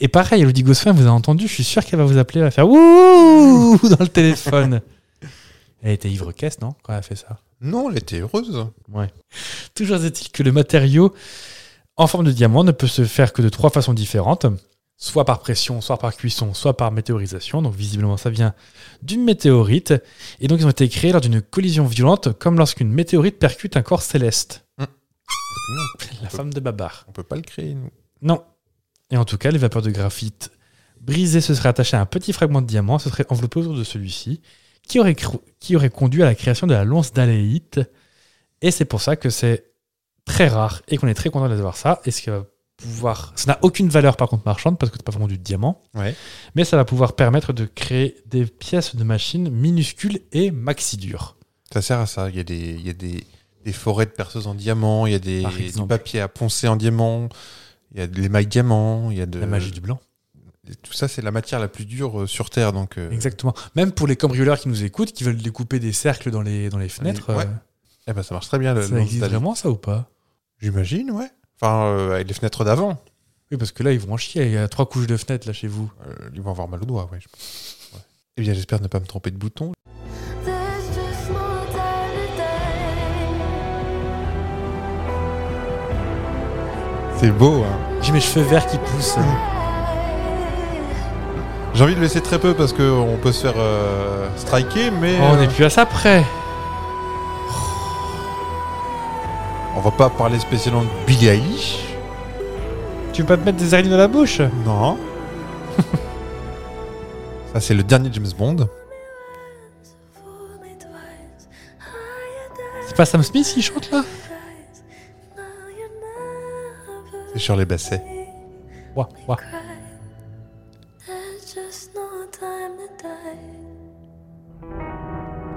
Speaker 5: Et pareil, Elodie Gosselin, vous avez entendu, je suis sûr qu'elle va vous appeler, elle va faire Wouh dans le téléphone. elle était ivre caisse, non Quand elle a fait ça.
Speaker 1: Non, elle était heureuse.
Speaker 5: Toujours est-il que le matériau en forme de diamant ne peut se faire que de trois façons différentes soit par pression, soit par cuisson, soit par météorisation. Donc, visiblement, ça vient d'une météorite. Et donc, ils ont été créés lors d'une collision violente, comme lorsqu'une météorite percute un corps céleste. La femme de Babar.
Speaker 1: On peut pas le créer, nous.
Speaker 5: Non. Et en tout cas, les vapeurs de graphite brisées se seraient attachées à un petit fragment de diamant, se serait enveloppé autour de celui-ci, qui aurait, cro- qui aurait conduit à la création de la lance d'aléite. Et c'est pour ça que c'est très rare et qu'on est très content d'avoir ça. Et ce qui va pouvoir. Ça n'a aucune valeur par contre marchande parce que c'est pas vraiment du diamant.
Speaker 1: Ouais.
Speaker 5: Mais ça va pouvoir permettre de créer des pièces de machines minuscules et maxi dures.
Speaker 1: Ça sert à ça. Il y a des, il y a des, des forêts de perceuses en diamant, il y a des,
Speaker 5: Par
Speaker 1: du
Speaker 5: exemple.
Speaker 1: papier à poncer en diamant, il y a de l'émail diamant, il y a de.
Speaker 5: La magie du blanc.
Speaker 1: Tout ça, c'est la matière la plus dure euh, sur Terre. Donc, euh,
Speaker 5: Exactement. Même pour les cambrioleurs qui nous écoutent, qui veulent découper des cercles dans les, dans les fenêtres,
Speaker 1: Ouais.
Speaker 5: euh,
Speaker 1: eh ben, ça marche très bien. le-
Speaker 5: ça existe
Speaker 1: l'installation.
Speaker 5: vraiment ça ou pas
Speaker 1: J'imagine, ouais. Enfin, euh, avec les fenêtres d'avant,
Speaker 5: Oui, parce que là, ils vont en chier. Il y a trois couches de fenêtres là chez vous.
Speaker 1: euh, ils vont avoir mal aux doigts, ouais. je pense. Ouais. Eh bien, j'espère ne pas me tromper de bouton.
Speaker 6: There's just no time today.
Speaker 1: C'est beau, hein.
Speaker 5: J'ai mes cheveux verts qui poussent.
Speaker 1: J'ai envie de laisser très peu parce qu'on peut se faire euh, striker, mais
Speaker 5: Oh, on n'est
Speaker 1: euh,
Speaker 5: plus à ça près.
Speaker 1: euh, on va pas parler spécialement de Billie Eilish.
Speaker 5: Tu veux pas te mettre des araignées dans la bouche
Speaker 1: Non. ça, c'est le dernier James Bond.
Speaker 5: C'est pas Sam Smith qui chante là
Speaker 1: C'est Shirley Basset.
Speaker 5: Ouah, ouah.
Speaker 6: There's just no time to die.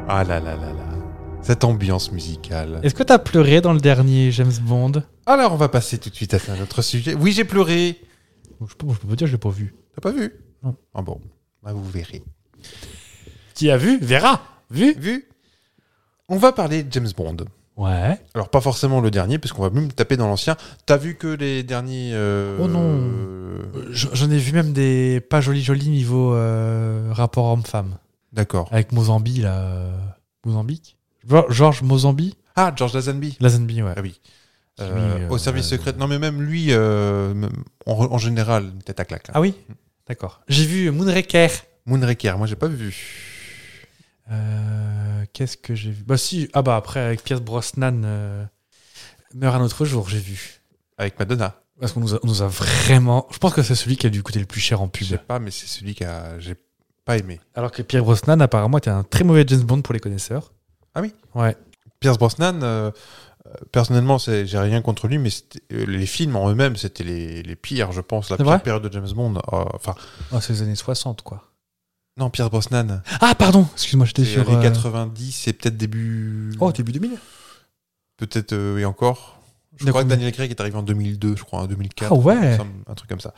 Speaker 1: Ah là là là là. Cette ambiance musicale.
Speaker 5: Est-ce que t'as pleuré dans le dernier James Bond
Speaker 1: Alors, on va passer tout de suite à un autre sujet. Oui, j'ai pleuré.
Speaker 5: je peux, je peux pas dire, je l'ai pas vu.
Speaker 1: T'as pas vu
Speaker 5: Non.
Speaker 1: Ah bon. Bah, vous verrez.
Speaker 5: Qui a vu Vera Vu
Speaker 1: Vu On va parler de James Bond.
Speaker 5: Ouais.
Speaker 1: Alors, pas forcément le dernier, puisqu'on va même taper dans l'ancien. T'as vu que les derniers. euh,
Speaker 5: Oh non.
Speaker 1: euh,
Speaker 5: J'en ai vu même des pas jolis jolis niveau euh, rapport homme-femme.
Speaker 1: D'accord.
Speaker 5: Avec Mozambique là. euh, Mozambique Geor- George Mozambique
Speaker 1: Ah, George Lazenby.
Speaker 5: Lazenby, ouais.
Speaker 1: Ah oui.
Speaker 5: Qui,
Speaker 1: Euh,
Speaker 5: lui, euh,
Speaker 1: au service
Speaker 5: euh,
Speaker 1: secret. Non, mais même lui, euh, même- en, en général, une tête à claque. hein.
Speaker 5: Ah oui D'accord. J'ai vu Moonraker.
Speaker 1: Moonraker, moi, j'ai pas vu.
Speaker 5: Euh, Qu'est-ce que j'ai vu Bah si, ah bah après avec Pierce Brosnan, euh, Meurt un autre jour, j'ai vu.
Speaker 1: Avec Madonna.
Speaker 5: Parce qu'on nous, a- on nous a vraiment... Je pense que c'est celui qui a dû coûter le plus cher en
Speaker 1: Je
Speaker 5: pub.
Speaker 1: sais pas, mais c'est celui que j'ai pas aimé.
Speaker 5: Alors que Pierce Brosnan apparemment était un très mauvais James Bond pour les connaisseurs.
Speaker 1: Ah oui
Speaker 5: Ouais.
Speaker 1: Pierce Brosnan, euh, euh, personnellement, c'est- j'ai rien contre lui, mais c'était- euh, les films en eux-mêmes, c'était les, les pires, je pense, la
Speaker 5: C'est
Speaker 1: pire
Speaker 5: vrai
Speaker 1: période de James Bond. Euh, Enfin,
Speaker 5: Ah, c'est les années 60 quoi.
Speaker 1: non, Pierce Brosnan,
Speaker 5: Ah pardon, excuse-moi, j'étais
Speaker 1: c'est
Speaker 5: sur...
Speaker 1: les
Speaker 5: euh,
Speaker 1: 90 et peut-être début.
Speaker 5: Oh, début 2000
Speaker 1: Peut-être, euh, et encore. Je
Speaker 5: De
Speaker 1: crois que
Speaker 5: combien
Speaker 1: Daniel Craig est arrivé en 2002, je crois, hein, en 2004.
Speaker 5: Ah ouais.
Speaker 1: il me semble, Un truc comme ça.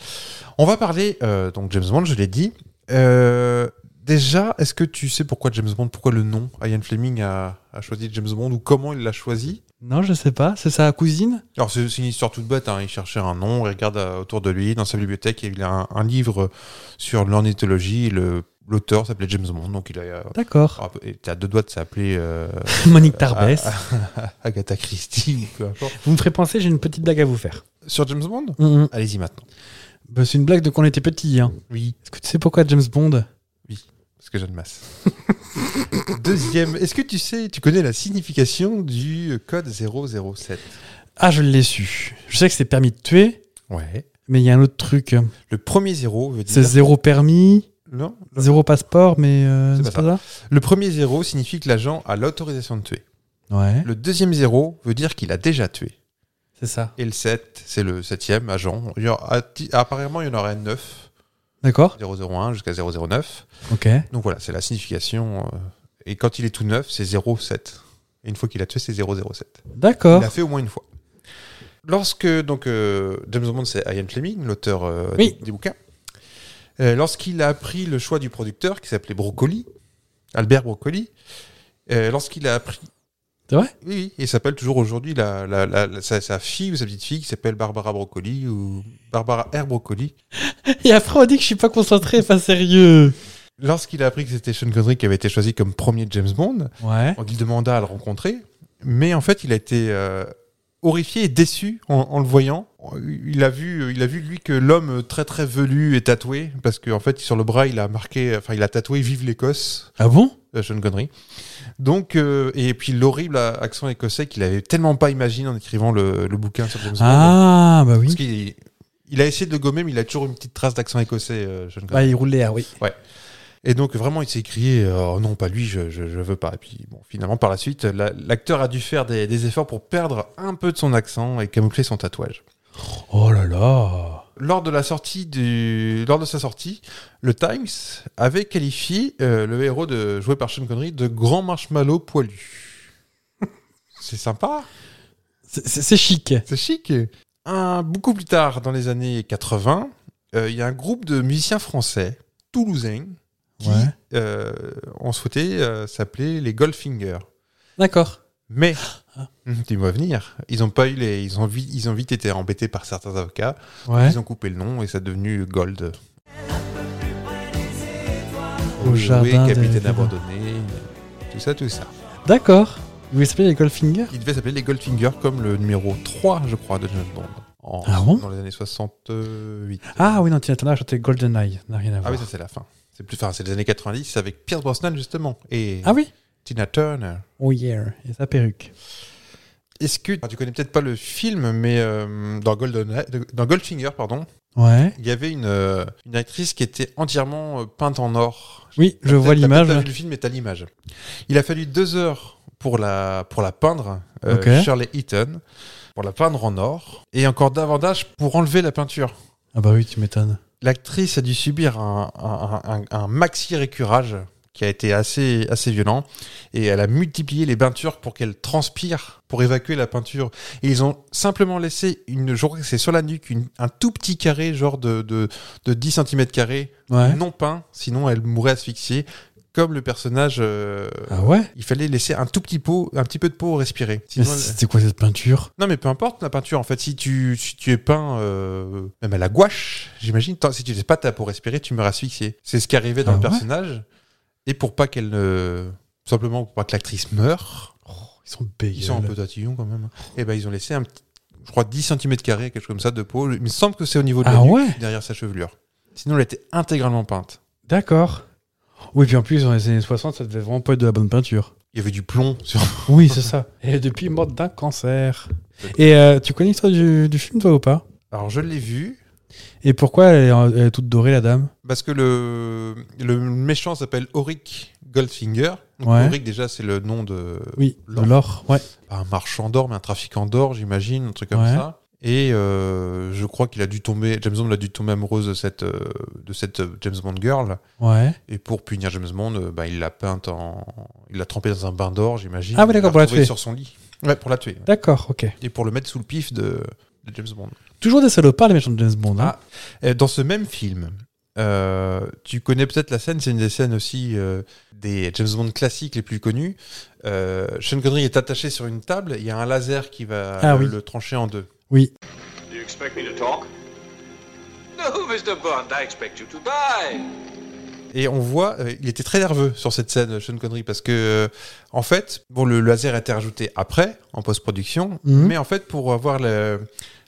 Speaker 1: On va parler, euh, donc James Bond, je l'ai dit. Euh, déjà, est-ce que tu sais pourquoi James Bond, pourquoi le nom Ian Fleming a, a choisi James Bond ou comment il l'a choisi
Speaker 5: Non, je sais pas, c'est sa cousine
Speaker 1: Alors, c'est c'est une histoire toute bête. hein. Il cherchait un nom, il regarde euh, autour de lui, dans sa bibliothèque, et il a un, un livre sur l'ornithologie. Le- L'auteur s'appelait James Bond, donc il a. euh,
Speaker 5: D'accord.
Speaker 1: il était à deux doigts de s'appeler euh,
Speaker 5: Monique Tarbès.
Speaker 1: Agatha Christie ou peu importe.
Speaker 5: Vous me ferez penser, j'ai une petite blague à vous faire.
Speaker 1: Sur James Bond
Speaker 5: Mm,
Speaker 1: Allez-y maintenant.
Speaker 5: Bah, c'est une blague de quand on était petit. Hein.
Speaker 1: Oui.
Speaker 5: Est-ce que tu sais pourquoi James Bond
Speaker 1: Parce que j'aime masse. Deuxième, est-ce que tu sais, tu connais la signification du code 007
Speaker 5: Ah, je l'ai su. Je sais que c'est permis de tuer,
Speaker 1: Ouais.
Speaker 5: mais il y a un autre truc.
Speaker 1: Le premier zéro veut
Speaker 5: C'est
Speaker 1: dire.
Speaker 5: zéro permis,
Speaker 1: Non.
Speaker 5: zéro passeport, mais euh,
Speaker 1: C'est
Speaker 5: c'est
Speaker 1: pas
Speaker 5: pas ça,
Speaker 1: Le premier zéro signifie que l'agent a l'autorisation de tuer.
Speaker 5: Ouais,
Speaker 1: Le deuxième zéro veut dire qu'il a déjà tué.
Speaker 5: c'est ça.
Speaker 1: Et le 7, c'est le septième agent. Il y aura- atti- apparemment, il y en aurait 9,
Speaker 5: D'accord
Speaker 1: 001 jusqu'à 009.
Speaker 5: Ok.
Speaker 1: Donc voilà, c'est la signification. euh, Et quand il est tout neuf, c'est 07. Et une fois qu'il a tué, c'est 007. Il
Speaker 5: D'accord.
Speaker 1: l'a fait au moins une fois. Lorsque donc euh, James Bond, c'est Ian Fleming, l'auteur euh,
Speaker 5: Oui.
Speaker 1: des, des bouquins. Euh, Lorsqu'il a appris le choix du producteur, qui s'appelait Broccoli, Albert Broccoli, euh, lorsqu'il a appris.
Speaker 5: C'est vrai
Speaker 1: Oui, oui, il s'appelle toujours aujourd'hui la, la- la- la- sa, sa fille ou sa petite fille qui s'appelle Barbara Broccoli ou Barbara R. Broccoli.
Speaker 5: Et après, on dit que je suis pas concentré, pas sérieux.
Speaker 1: Lorsqu'il a appris que c'était Sean Connery qui avait été choisi comme premier James Bond,
Speaker 5: Ouais.
Speaker 1: donc il demanda à le rencontrer, mais en fait, il a été euh, horrifié et déçu en, en le voyant. Il a vu, il a vu lui que l'homme très très velu et tatoué, parce qu'en fait, sur le bras, il a marqué, enfin, il a tatoué "Vive l'Écosse",
Speaker 5: Ah bon
Speaker 1: euh, Sean Connery. Donc, euh, et puis l'horrible a- accent écossais qu'il avait tellement pas imaginé en écrivant le, le bouquin sur James Bond.
Speaker 5: Ah, bah
Speaker 1: Parce
Speaker 5: oui.
Speaker 1: qu'il il a essayé de le gommer, mais il a toujours une petite trace d'accent écossais, euh, Sean Connery.
Speaker 5: Bah, il roule les airs, oui.
Speaker 1: Et donc vraiment, il s'est crié euh, Oh non, pas lui, je, je, je veux pas. Et puis bon, finalement, par la suite, la- l'acteur a dû faire des, des efforts pour perdre un peu de son accent et camoufler son tatouage.
Speaker 5: Oh là là.
Speaker 1: Lors de la sortie du, lors de sa sortie, le Times avait qualifié euh, le héros de joué par Sean Connery de grand marshmallow poilu. C'est sympa,
Speaker 5: C'est- C'est c'est chic.
Speaker 1: c'est chic. Un, beaucoup plus tard, dans les années 80, euh, il y a un groupe de musiciens français, toulousains, qui
Speaker 5: Ouais.
Speaker 1: euh, ont souhaité euh, s'appeler les Goldfinger.
Speaker 5: D'accord.
Speaker 1: Mais, tu vas venir, ils ont pas eu les, ils ont vite, ils ont vite été embêtés par certains avocats.
Speaker 5: Ouais.
Speaker 1: Ils ont coupé le nom et ça est devenu Gold.
Speaker 5: Au jardin des-
Speaker 1: capitaine abandonné, tout ça, tout ça.
Speaker 5: D'accord. Vous s'appelez les Goldfinger
Speaker 1: Ils devaient s'appeler les Goldfinger comme le numéro 3, je crois, de James Bond. En-
Speaker 5: Ah bon
Speaker 1: dans les années 68.
Speaker 5: Ah oui, non, Tina Turner a chanté GoldenEye. Ça N'a rien à
Speaker 1: Ah
Speaker 5: voir.
Speaker 1: oui, ça c'est la fin. C'est plus, enfin, c'est les années 90 avec Pierce Brosnan justement et
Speaker 5: Ah oui
Speaker 1: Tina Turner.
Speaker 5: Oh yeah. Et sa perruque.
Speaker 1: Est-ce que ah, tu connais peut-être pas le film, mais euh, dans, Golden, dans Goldfinger, pardon,
Speaker 5: Ouais.
Speaker 1: il y avait une, euh, une actrice qui était entièrement euh, peinte en or.
Speaker 5: Oui, je vois
Speaker 1: T'as peut-être
Speaker 5: l'image.
Speaker 1: pas vu Le film est à l'image. Il a fallu deux heures pour la, pour la peindre, euh,
Speaker 5: Ok.
Speaker 1: Shirley Eaton, pour la peindre en or, et encore davantage pour enlever la peinture.
Speaker 5: Ah bah oui, tu m'étonnes.
Speaker 1: L'actrice a dû subir un, un- un- un maxi récurage qui a été assez, assez violent, et elle a multiplié les peintures pour qu'elle transpire, pour évacuer la peinture. Et ils ont simplement laissé une, je crois que c'est sur la nuque, une- un tout petit carré, genre de, de, de 10 cm,
Speaker 5: Ouais.
Speaker 1: non peint, sinon elle mourrait asphyxiée, comme le personnage. euh,
Speaker 5: Ah ouais
Speaker 1: Il fallait laisser un tout petit pot, un petit peu de peau respirer.
Speaker 5: Mais
Speaker 1: Sinon, elle-
Speaker 5: C'était quoi cette peinture
Speaker 1: Non mais peu importe la peinture en fait si tu si tu es peint euh, même à la gouache j'imagine tant- si tu laisses pas ta peau respirer tu meurs asphyxié c'est ce qui arrivait dans
Speaker 5: Ah
Speaker 1: le
Speaker 5: ouais
Speaker 1: personnage et pour pas qu'elle ne simplement pour pas que l'actrice meure
Speaker 5: Ils sont bégueules.
Speaker 1: ils sont un peu tatillons quand même et ben ils ont laissé un petit je crois 10 cm quelque chose comme ça de peau il me semble que c'est au niveau de la
Speaker 5: Ah
Speaker 1: nuque,
Speaker 5: ouais
Speaker 1: derrière sa chevelure sinon elle était intégralement peinte
Speaker 5: D'accord. Oui, puis en plus, dans les années 60, ça devait vraiment pas être de la bonne peinture.
Speaker 1: Il y avait du plomb sur.
Speaker 5: Oui, c'est ça. Et depuis, morte d'un cancer. Et euh, tu connais l'histoire du, du film, toi, ou pas
Speaker 1: Alors je l'ai vu
Speaker 5: Et pourquoi elle est, en- elle est toute dorée, la dame
Speaker 1: parce que le, le méchant s'appelle Auric Goldfinger. Donc,
Speaker 5: Ouais.
Speaker 1: Auric, déjà, c'est le nom de.
Speaker 5: Oui,
Speaker 1: L'or.
Speaker 5: de l'or. Ouais.
Speaker 1: pas un marchand d'or, mais un trafiquant d'or, j'imagine, un truc comme
Speaker 5: Ouais.
Speaker 1: ça. Et euh, je crois qu'il a dû tomber, James Bond a dû tomber amoureuse de cette, euh, de cette euh, James Bond girl.
Speaker 5: Ouais.
Speaker 1: Et pour punir James Bond, euh, bah, il l'a peinte en. Il l'a trempée dans un bain d'or, j'imagine.
Speaker 5: Ah ouais, d'accord,
Speaker 1: Il
Speaker 5: pour la
Speaker 1: retrouvée
Speaker 5: tuer.
Speaker 1: sur son lit. Ouais, pour la tuer. ouais.
Speaker 5: D'accord, ok.
Speaker 1: Et pour le mettre sous le pif de, de James Bond.
Speaker 5: Toujours des salopards, les méchants de James Bond. hein.
Speaker 1: Euh, Dans ce même film, euh, tu connais peut-être la scène, c'est une des scènes aussi euh, des James Bond classiques les plus connues. Euh, Sean Connery est attaché sur une table, il y a un laser qui va
Speaker 5: Ah
Speaker 1: euh,
Speaker 5: oui.
Speaker 1: le trancher en deux.
Speaker 5: Oui.
Speaker 7: Do you expect me to talk? No, Mr. Bond, I expect you to die.
Speaker 1: Et on voit, euh, il était très nerveux sur cette scène, Sean Connery, parce que, euh, en fait, bon, le laser a été rajouté après, en post-production,
Speaker 5: Mhm.
Speaker 1: mais en fait, pour avoir le-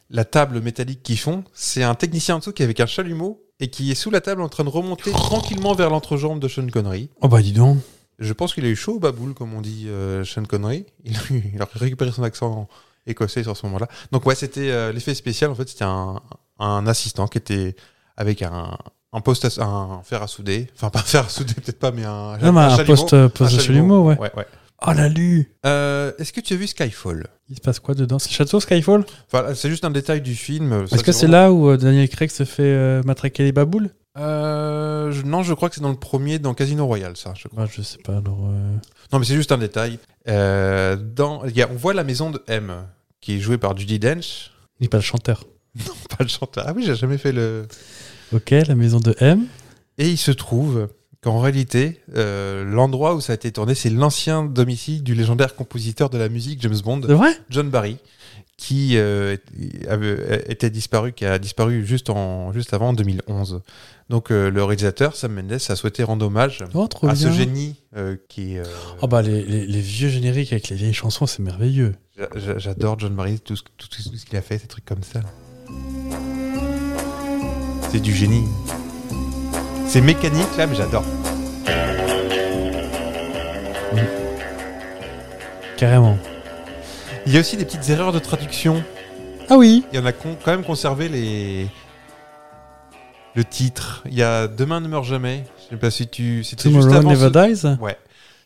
Speaker 1: la table métallique qu'ils font, c'est un technicien en dessous qui est avec un chalumeau et qui est sous la table en train de remonter tranquillement vers l'entrejambe de Sean Connery.
Speaker 5: Oh bah dis donc.
Speaker 1: Je pense qu'il a eu chaud au baboule, comme on dit euh, Sean Connery. Il a, eu- il a récupéré son accent écossais sur ce moment-là. Donc ouais, c'était euh, l'effet spécial. En fait, c'était un, un assistant qui était avec un, un poste, à- un fer à souder. Enfin, pas un fer à souder, peut-être pas, mais un,
Speaker 5: Non, mais un
Speaker 1: chalumeau.
Speaker 5: poste- euh, poste
Speaker 1: Un
Speaker 5: de chalumeau, ouais.
Speaker 1: ouais, ouais.
Speaker 5: Oh la lu
Speaker 1: Euh, Est-ce que tu as vu Skyfall
Speaker 5: Il se passe quoi dedans C'est le château Skyfall
Speaker 1: Enfin, C'est juste un détail du film. Ça,
Speaker 5: Est-ce que c'est
Speaker 1: vraiment-
Speaker 5: là où euh, Daniel Craig se fait euh, matraquer les baboules
Speaker 1: Euh, je- Non, je crois que c'est dans le premier, dans Casino Royale, ça. Je crois.
Speaker 5: Ah, Je sais pas, alors. euh,
Speaker 1: Non, mais c'est juste un détail. Euh, dans, il y a- on voit la maison de M, qui est jouée par Judy Dench.
Speaker 5: Il n'est pas le chanteur.
Speaker 1: Pas le chanteur. Ah oui, j'ai jamais fait le.
Speaker 5: Ok, la maison de M.
Speaker 1: Et il se trouve qu'en réalité, euh, l'endroit où ça a été tourné, c'est l'ancien domicile du légendaire compositeur de la musique James Bond,
Speaker 5: C'est vrai
Speaker 1: John Barry, qui euh, est- avait- était disparu, qui a disparu juste en juste avant en 2011. Donc euh, le réalisateur Sam Mendes a souhaité rendre hommage
Speaker 5: Oh, trop
Speaker 1: à
Speaker 5: bien.
Speaker 1: Ah, ce génie euh, qui. euh,
Speaker 5: Oh bah les, les- les vieux génériques avec les vieilles chansons, c'est merveilleux.
Speaker 1: j'a- j'a- J'adore John Barry, tout ce, tout, tout ce qu'il a fait, ces trucs comme ça. C'est du génie. C'est mécanique là, mais j'adore.
Speaker 5: Carrément.
Speaker 1: Il y a aussi des petites erreurs de traduction.
Speaker 5: Ah oui
Speaker 1: Il y en a con- quand même conservé les... le titre. Il y a Demain ne meurt jamais. Je sais pas si tu. C'était juste
Speaker 5: Tomorrow
Speaker 1: avant.
Speaker 5: Never
Speaker 1: ce-
Speaker 5: Dies
Speaker 1: Ouais.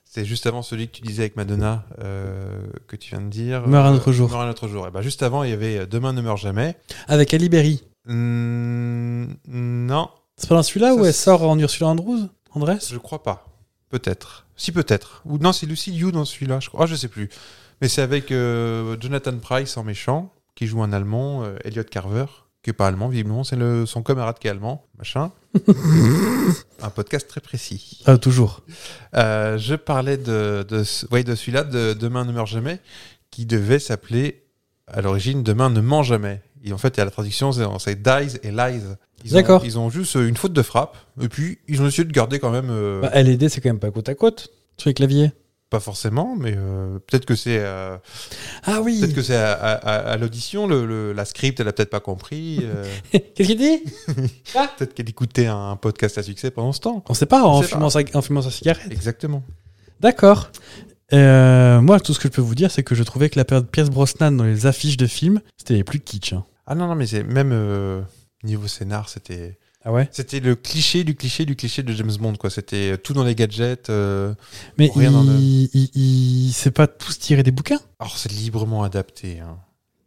Speaker 1: C'est juste avant celui que tu disais avec Madonna, euh, que tu viens de dire.
Speaker 5: Meurt un
Speaker 1: Euh,
Speaker 5: autre jour.
Speaker 1: Meurt un autre jour. Et ben juste avant, il y avait Demain ne meurt jamais.
Speaker 5: Avec Ali Berry.
Speaker 1: Hmm, non,
Speaker 5: C'est pas dans celui-là
Speaker 1: Ça,
Speaker 5: où elle
Speaker 1: c'est-
Speaker 5: sort en Ursula Andrews Andrés
Speaker 1: je crois pas. Peut-être. Si, peut-être. Ou non, c'est Lucy Liu dans celui-là, je crois. Ah, je sais plus. Mais c'est avec euh, Jonathan Price en méchant, qui joue un Allemand, euh, Elliot Carver, qui est pas allemand, visiblement, c'est le- son camarade qui est allemand, machin. un podcast très précis.
Speaker 5: Ah, toujours.
Speaker 1: Euh, je parlais de, de, ce- ouais, de celui-là, de Demain ne meurt jamais, qui devait s'appeler à l'origine Demain ne ment jamais. Et en fait, à la traduction, c'est c'est Dies et Lies. Ils ont-
Speaker 5: D'accord.
Speaker 1: Ils ont juste euh, une faute de frappe, et puis ils ont essayé de garder quand même. euh,
Speaker 5: Bah, LED, c'est quand même pas côte à côte sur les claviers.
Speaker 1: Pas forcément, mais euh, peut-être que c'est euh,
Speaker 5: Ah oui
Speaker 1: peut-être que c'est à, à- à- à l'audition, le, le- la script, elle a peut-être pas compris. euh,
Speaker 5: Qu'est-ce qu'il dit
Speaker 1: peut-être qu'elle écoutait un podcast à succès pendant ce temps.
Speaker 5: On sait pas,
Speaker 1: On
Speaker 5: en
Speaker 1: sait
Speaker 5: fumant, Sa, en fumant sa cigarette.
Speaker 1: Exactement.
Speaker 5: D'accord. Euh, moi, tout ce que je peux vous dire, c'est que je trouvais que la période Pierce Brosnan dans les affiches de films, c'était les plus kitsch. hein.
Speaker 1: Ah non non, mais c'est même euh, niveau scénar, c'était
Speaker 5: Ah ouais
Speaker 1: c'était le cliché du cliché du cliché de James Bond quoi. C'était tout dans les gadgets. euh,
Speaker 5: Mais
Speaker 1: Rien dans le-
Speaker 5: il, il- il sait pas tous tirer des bouquins
Speaker 1: Alors c'est librement adapté. hein.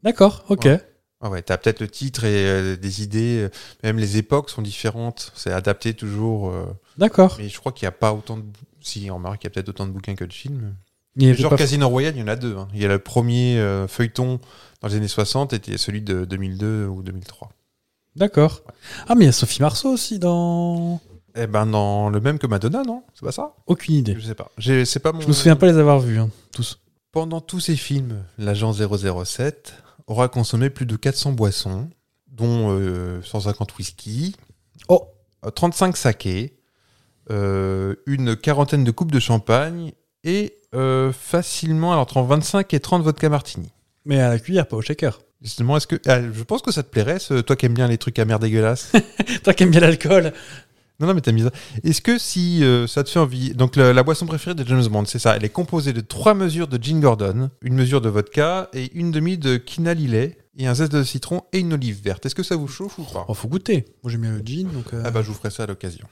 Speaker 5: D'accord, ok.
Speaker 1: Ouais. Ah ouais, t'as peut-être le titre et euh, des idées, euh, même les époques sont différentes. C'est adapté toujours. euh,
Speaker 5: D'accord.
Speaker 1: mais je crois qu'il n'y a pas autant de bou- si on remarque, il y a peut-être autant de bouquins que de films.
Speaker 5: Il y
Speaker 1: Mais
Speaker 5: avait
Speaker 1: genre
Speaker 5: pas-
Speaker 1: Casino Royale, il y en a deux. hein. Il y a le premier euh, feuilleton dans les années 60 et celui de 2002 ou 2003.
Speaker 5: D'accord. Ah, mais il y a Sophie Marceau aussi dans.
Speaker 1: Eh ben, dans le même que Madonna, non C'est pas ça
Speaker 5: Aucune idée.
Speaker 1: Je sais pas. J'ai- C'est pas mon...
Speaker 5: Je me souviens pas les avoir vus, hein, tous.
Speaker 1: Pendant tous ces films, l'agent 007 aura consommé plus de 400 boissons, dont euh, 150 whisky,
Speaker 5: Oh
Speaker 1: euh, 35 sakés, euh, une quarantaine de coupes de champagne et euh, facilement, alors, entre 25 et 30 vodka martini.
Speaker 5: Mais à la cuillère, pas au shaker.
Speaker 1: Justement, est-ce que ah, je pense que ça te plairait, ce- toi qui aimes bien les trucs amers dégueulasses.
Speaker 5: Toi qui aimes bien l'alcool.
Speaker 1: Non, non, mais t'as mis ça. Est-ce que si euh, ça te fait envie. Donc, la, la boisson préférée de James Bond, c'est ça. Elle est composée de trois mesures de gin Gordon, une mesure de vodka et une demi de quina lillet et un zeste de citron et une olive verte. Est-ce que ça vous chauffe ou pas
Speaker 5: Oh, faut goûter. Moi, j'aime bien le gin. Donc, euh,
Speaker 1: Ah, bah, je vous ferai ça à l'occasion.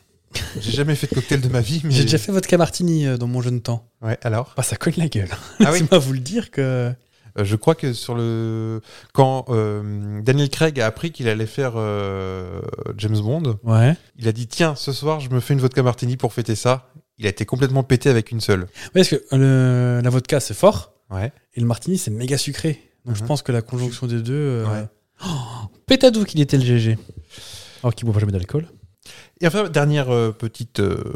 Speaker 1: J'ai jamais fait de cocktail de ma vie, mais.
Speaker 5: J'ai déjà fait vodka martini euh, dans mon jeune temps.
Speaker 1: Ouais, alors
Speaker 5: Bah, ça cogne la gueule.
Speaker 1: Ah oui.
Speaker 5: C'est pas vous le dire que.
Speaker 1: Euh, Je crois que sur le. Quand euh, Daniel Craig a appris qu'il allait faire euh, James Bond,
Speaker 5: Ouais.
Speaker 1: il a dit Tiens, ce soir, je me fais une vodka martini pour fêter ça. Il a été complètement pété avec une seule.
Speaker 5: parce que euh, le- la vodka, c'est fort.
Speaker 1: Ouais.
Speaker 5: Et le martini, c'est méga sucré. Donc, je
Speaker 1: Mhm.
Speaker 5: pense que la conjonction des deux. euh,
Speaker 1: Ouais.
Speaker 5: Oh, pétadou qu'il était le GG. Alors qu'il boit pas jamais d'alcool.
Speaker 1: Et enfin, dernière euh, petite euh,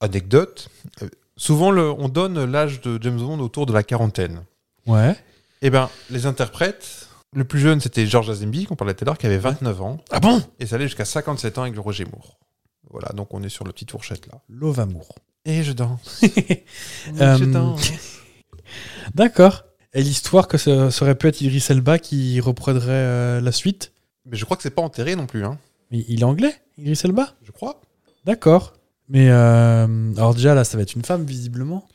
Speaker 1: anecdote. Euh, souvent, le- on donne l'âge de James Bond autour de la quarantaine.
Speaker 5: Ouais.
Speaker 1: Eh ben, les interprètes, le plus jeune, c'était George Lazenby, qu'on parlait tout à l'heure, qui avait 29 ans,
Speaker 5: Ah bon
Speaker 1: et ça allait jusqu'à 57 ans avec le Roger Moore. Voilà, donc on est sur la petite fourchette là.
Speaker 5: Love amour.
Speaker 1: Et je danse.
Speaker 5: Euh,
Speaker 1: je danse.
Speaker 5: D'accord. Et l'histoire que ça, ça aurait pu être Idris Elba qui reprendrait euh, la suite
Speaker 1: Mais je crois que c'est pas enterré non plus, hein.
Speaker 5: Mais il est anglais, Idris Elba
Speaker 1: Je crois.
Speaker 5: D'accord. Mais euh, alors déjà là, ça va être une femme visiblement.